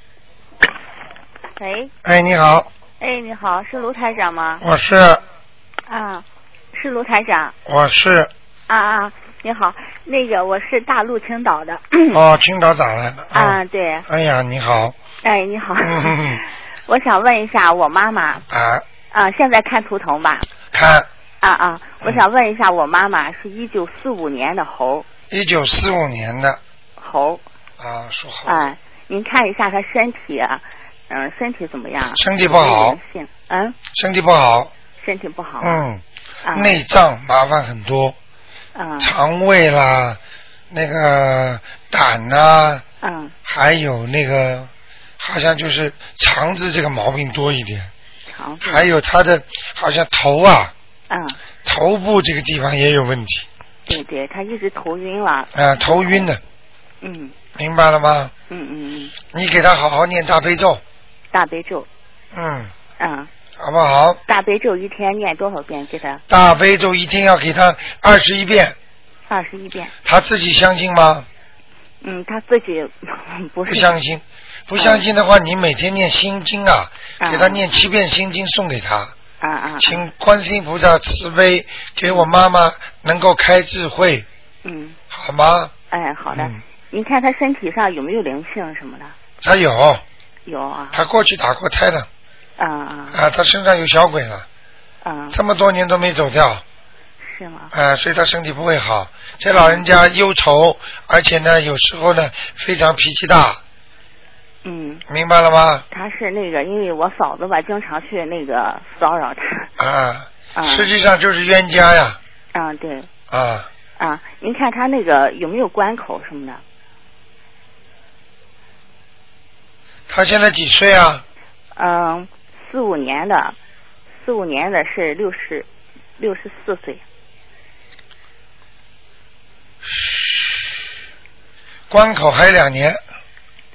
Speaker 10: 喂，
Speaker 1: 哎，你好，
Speaker 10: 哎，你好，是卢台长吗？
Speaker 1: 我是嗯
Speaker 10: 啊，是卢台长
Speaker 1: 我 是
Speaker 10: 啊啊，你好，那个我是大陆青岛的
Speaker 1: 哦，青岛打来的
Speaker 10: 啊，对，
Speaker 1: 哎呀，你好，
Speaker 10: 哎，你好，
Speaker 1: 嗯
Speaker 10: 我想问一下我妈妈
Speaker 1: 啊，
Speaker 10: 啊，现在看图腾吧，
Speaker 1: 看嗯
Speaker 10: 啊啊，我想问一下我妈妈是一九四五年的猴
Speaker 1: 一九四五年的
Speaker 10: 猴
Speaker 1: 啊，属猴，
Speaker 10: 啊，您看一下她身体啊，嗯、身体怎么样？
Speaker 1: 身体不好
Speaker 10: 有没有灵性，嗯，
Speaker 1: 身体不好，
Speaker 10: 身体不好，
Speaker 1: 嗯，
Speaker 10: 啊，
Speaker 1: 内脏麻烦很多，
Speaker 10: 嗯
Speaker 1: 肠胃啦，那个胆呐、
Speaker 10: 嗯，
Speaker 1: 还有那个好像就是肠子这个毛病多一点，
Speaker 10: 肠子，
Speaker 1: 还有他的好像头啊，
Speaker 10: 嗯，
Speaker 1: 头部这个地方也有问题
Speaker 10: 对对，她一直头晕了，
Speaker 1: 啊、头晕的，
Speaker 10: 嗯。
Speaker 1: 明白了吗？
Speaker 10: 嗯嗯嗯，
Speaker 1: 你给他好好念大悲咒，
Speaker 10: 大悲咒，
Speaker 1: 嗯，
Speaker 10: 嗯，
Speaker 1: 好不好？
Speaker 10: 大悲咒一天念多少遍？给他
Speaker 1: 大悲咒一定要给他二十一遍，
Speaker 10: 二十一遍。
Speaker 1: 他自己相信吗？
Speaker 10: 嗯，他自己不是
Speaker 1: 不相信，不相信的话，你每天念心经啊，
Speaker 10: 啊
Speaker 1: 给他念七遍心经送给他，
Speaker 10: 啊啊，
Speaker 1: 请观世音菩萨慈悲，给我妈妈能够开智慧，
Speaker 10: 嗯，
Speaker 1: 好吗？
Speaker 10: 哎，好的。
Speaker 1: 嗯
Speaker 10: 您看他身体上有没有灵性什么的？
Speaker 1: 她有，
Speaker 10: 有啊，
Speaker 1: 她过去打过胎了
Speaker 10: 啊啊
Speaker 1: 啊，她身上有小鬼了，
Speaker 10: 啊，
Speaker 1: 这么多年都没走掉
Speaker 10: 是吗？嗯
Speaker 1: 啊，所以她身体不会好。这老人家忧愁，而且呢，有时候呢非常脾气大，
Speaker 10: 嗯，
Speaker 1: 明白了吗？
Speaker 10: 他是那个，因为我嫂子吧，经常去那个骚扰他。
Speaker 1: 啊，
Speaker 10: 啊
Speaker 1: 实际上就是冤家呀，
Speaker 10: 啊，对
Speaker 1: 啊，
Speaker 10: 啊，您看他那个有没有关口什么的？
Speaker 1: 她现在几岁啊？
Speaker 10: 嗯，四五年的，四五年的是六十，六十四岁。
Speaker 1: 关口还有两年，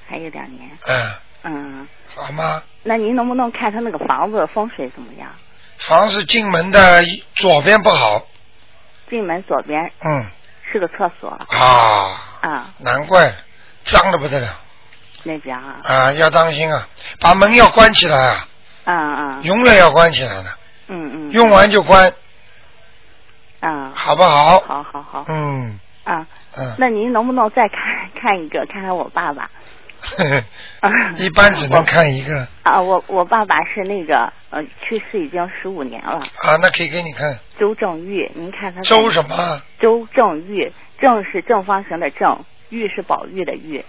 Speaker 10: 还有两年，
Speaker 1: 嗯，
Speaker 10: 嗯，
Speaker 1: 好吗？
Speaker 10: 那您能不能看他那个房子风水怎么样？
Speaker 1: 房是进门的左边不好，
Speaker 10: 进门左边
Speaker 1: 嗯，
Speaker 10: 是个厕所
Speaker 1: 啊，
Speaker 10: 啊，
Speaker 1: 难怪脏的不得了
Speaker 10: 那边啊，
Speaker 1: 啊，要当心啊，把门要关起来啊，
Speaker 10: 啊啊，
Speaker 1: 永远要关起来的，
Speaker 10: 嗯嗯，
Speaker 1: 用完就关，
Speaker 10: 啊，
Speaker 1: 好不好？
Speaker 10: 好好好
Speaker 1: 嗯
Speaker 10: 啊，
Speaker 1: 嗯，
Speaker 10: 那您能不能再看看一个，看看我爸爸？
Speaker 1: 一般只能看一个
Speaker 10: 啊，我我爸爸是那个呃去世已经十五年了，
Speaker 1: 啊，那可以给你看
Speaker 10: 周正玉，您看他在
Speaker 1: 周什么？
Speaker 10: 周正玉，正是正方形的正，玉是宝玉的玉。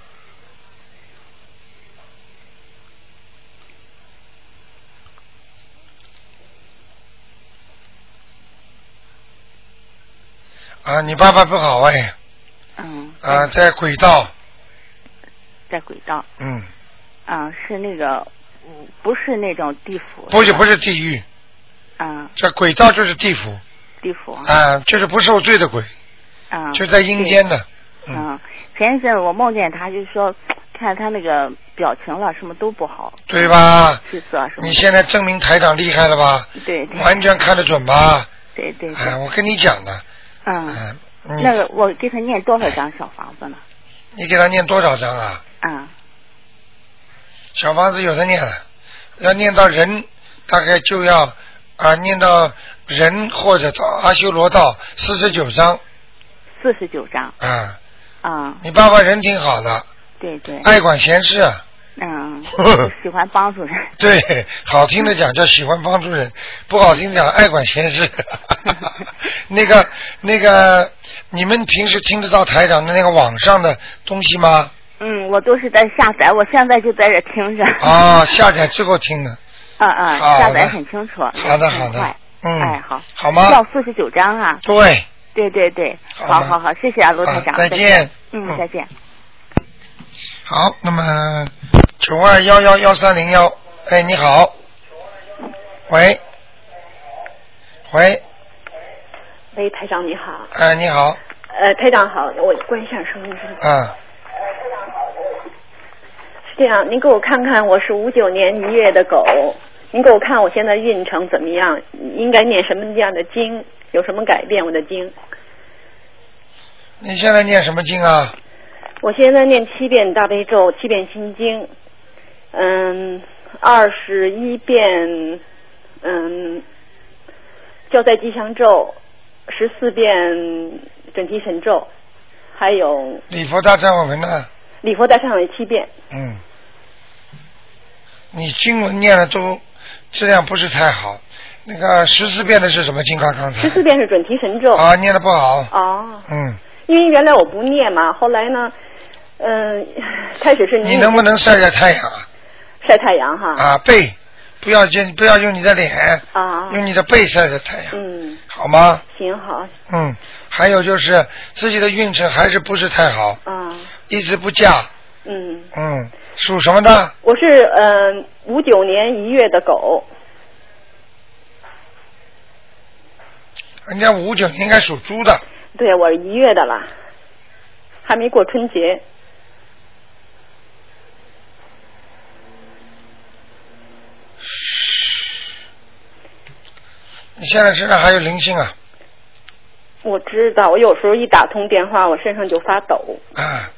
Speaker 1: 啊，你爸爸不好哎，
Speaker 10: 嗯，
Speaker 1: 啊，在轨道，
Speaker 10: 在轨道，
Speaker 1: 嗯，
Speaker 10: 啊，是那个嗯不是那种地府，
Speaker 1: 不是不是地狱，
Speaker 10: 啊，
Speaker 1: 在轨道就是地府，
Speaker 10: 地府
Speaker 1: 啊，就是不受罪的鬼，
Speaker 10: 啊，
Speaker 1: 就在阴间的，
Speaker 10: 对。嗯，前一阵我梦见他，就是说看他那个表情了，什么都不好，
Speaker 1: 对吧？
Speaker 10: 气色什么，
Speaker 1: 你现在证明台长厉害了吧？
Speaker 10: 对对
Speaker 1: 完全看得准吧？
Speaker 10: 对对，
Speaker 1: 哎，我跟你讲的，
Speaker 10: 嗯，
Speaker 1: 哎你
Speaker 10: 那个我给他念多少张小房子呢？
Speaker 1: 你给他念多少章啊？
Speaker 10: 啊，
Speaker 1: 小房子有的念了，要念到人大概就要啊、念到人或者到阿修罗道四十九章
Speaker 10: 四十九张
Speaker 1: 啊。
Speaker 10: 啊，
Speaker 1: 你爸爸人挺好的，
Speaker 10: 对对，
Speaker 1: 爱管闲事啊，
Speaker 10: 嗯，就喜欢帮助人，
Speaker 1: 对，好听的讲叫喜欢帮助人，不好听讲爱管闲事。 那个那个，你们平时听得到台长的那个网上的东西吗？
Speaker 10: 嗯，我都是在下载，我现在就在这听着。
Speaker 1: 啊，下载之后听的。
Speaker 10: 啊啊，
Speaker 1: 好
Speaker 10: 下载
Speaker 1: 的
Speaker 10: 很清楚，
Speaker 1: 好的
Speaker 10: 很
Speaker 1: 好的
Speaker 10: 快
Speaker 1: 嗯
Speaker 10: 哎好，
Speaker 1: 好吗
Speaker 10: 要四十九张啊，
Speaker 1: 对，
Speaker 10: 对对对，
Speaker 1: 好
Speaker 10: 好
Speaker 1: 吗
Speaker 10: 好好，谢谢啊，卢台长，
Speaker 1: 啊再
Speaker 10: 再
Speaker 1: 见
Speaker 10: 嗯，再见。
Speaker 1: 好，那么九二幺幺幺三零幺，哎，你好，喂，喂，
Speaker 11: 喂，台长你好，
Speaker 1: 哎，你好，
Speaker 11: 呃，台长好，我关一下声音是
Speaker 1: 啊，
Speaker 11: 是这样，您给我看看，我是五九年一月的狗，您给我看我现在运程怎么样，应该念什么样的经，有什么改变我的经？
Speaker 1: 你现在念什么经啊？
Speaker 11: 我现在念七遍大悲咒，七遍心经，嗯，二十一遍，嗯，消灾吉祥咒，十四遍准提神咒，还有
Speaker 1: 礼佛大忏悔文呢？
Speaker 11: 礼佛大忏悔七遍。
Speaker 1: 嗯，你经文念的都质量不是太好，那个十四遍的是什么经啊？刚才
Speaker 11: 十四遍是准提神咒。
Speaker 1: 啊，念的不好，
Speaker 11: 哦，
Speaker 1: 嗯，
Speaker 11: 因为原来我不念嘛，后来呢，嗯、 开始是
Speaker 1: 你能不能晒晒太阳
Speaker 11: 嗯
Speaker 1: 啊？
Speaker 11: 晒太阳哈？
Speaker 1: 啊，背，不要用不要用你的脸，
Speaker 11: 啊，
Speaker 1: 用你的背晒晒太阳，
Speaker 11: 嗯，
Speaker 1: 好吗？
Speaker 11: 行好，
Speaker 1: 嗯，还有就是自己的运程还是不是太好，
Speaker 11: 啊，
Speaker 1: 一直不嫁。
Speaker 11: 嗯，
Speaker 1: 嗯，属什么的？
Speaker 11: 我是嗯五九年一月的狗，
Speaker 1: 人家五九应该属猪的，
Speaker 11: 对我是一月的了，还没过春节。
Speaker 1: 你现在身上还有灵性啊
Speaker 11: 我知道，我有时候一打通电话，我身上就发抖。
Speaker 1: 啊！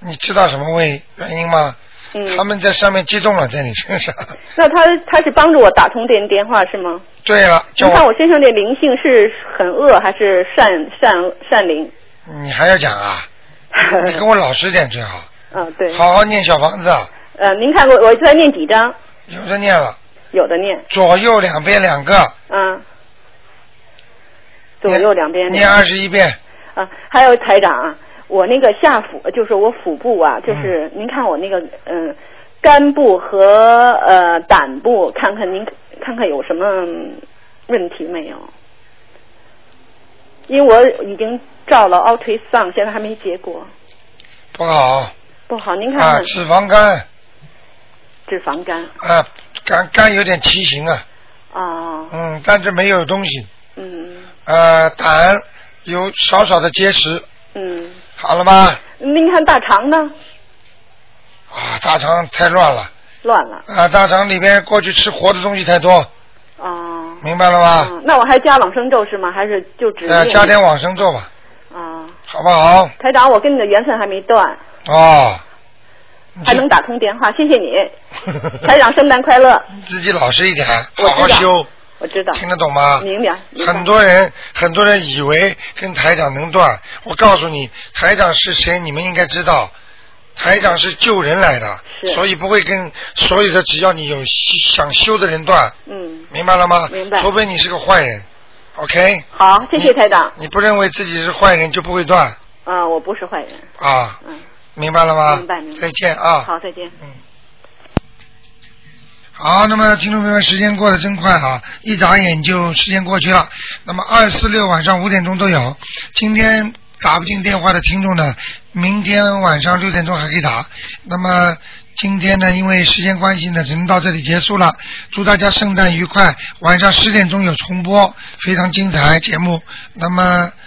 Speaker 1: 你知道什么为原因吗？
Speaker 11: 嗯，
Speaker 1: 他们在上面激动了，在你身 上。
Speaker 11: 那他他是帮助我打通这电话是吗？
Speaker 1: 对了，
Speaker 11: 你
Speaker 1: 叫
Speaker 11: 看
Speaker 1: 我，
Speaker 11: 我身上这灵性是很恶还是善善善灵？
Speaker 1: 你还要讲 啊？你跟我老实点最好，
Speaker 11: 嗯、对。
Speaker 1: 好好念小房子啊，
Speaker 11: 呃，您看过我在念几张？
Speaker 1: 有的念了，
Speaker 11: 有的念，
Speaker 1: 左右两边两个，
Speaker 11: 嗯、左右两边
Speaker 1: 念二十一遍，
Speaker 11: 啊，还有台长啊，我那个下腹就是我腹部啊，就是、您看我那个嗯、肝部和呃胆部，看看您看看有什么嗯问题没有？因为我已经照了 ultrasound，现在还没结果，
Speaker 1: 不好
Speaker 11: 不好，您看
Speaker 1: 啊，
Speaker 11: 看
Speaker 1: 脂肪肝
Speaker 11: 脂肪肝
Speaker 1: 啊，肝肝有点畸形啊，
Speaker 11: 啊，
Speaker 1: 嗯，但是没有东西，
Speaker 11: 嗯
Speaker 1: 呃，胆有少少的结石，
Speaker 11: 嗯，
Speaker 1: 好了吗？
Speaker 11: 您看大肠呢
Speaker 1: 啊，大肠太乱了
Speaker 11: 乱了
Speaker 1: 啊，大肠里边过去吃活的东西太多，
Speaker 11: 啊。
Speaker 1: 明白了吗？
Speaker 11: 那我还加往生咒是吗？还是就只
Speaker 1: 呃，
Speaker 11: 念
Speaker 1: 加点往生咒吧，
Speaker 11: 啊？
Speaker 1: 好不好？
Speaker 11: 台长，我跟你的缘分还没断，
Speaker 1: 哦，
Speaker 11: 还能打通电话，谢谢你，台长，圣诞快乐！
Speaker 1: 自己老实一点，
Speaker 11: 我
Speaker 1: 好好
Speaker 11: 知道
Speaker 1: 修，
Speaker 11: 我知道，
Speaker 1: 听得懂吗？
Speaker 11: 明白，明白
Speaker 1: 很多人很多人以为跟台长能断，我告诉你，台长是谁，你们应该知道。台长是救人来的，
Speaker 11: 是
Speaker 1: 所以不会跟所有的只要你有想修的人断，
Speaker 11: 嗯，
Speaker 1: 明白了吗？
Speaker 11: 明白
Speaker 1: 除非你是个坏人，OK？
Speaker 11: 好，谢谢台长。
Speaker 1: 你不认为自己是坏人就不会断
Speaker 11: 啊，我不是坏人。
Speaker 1: 啊？
Speaker 11: 嗯，
Speaker 1: 明白了吗？
Speaker 11: 明白明白。
Speaker 1: 再见啊！
Speaker 11: 好，再见。
Speaker 1: 嗯。好，那么听众朋友们，时间过得真快啊，一眨眼就时间过去了。那么二四六晚上五点钟都有，今天打不进电话的听众呢，明天晚上六点钟还可以打。那么今天呢，因为时间关系呢，只能到这里结束了。祝大家圣诞愉快，晚上十点钟有重播，非常精彩节目。那么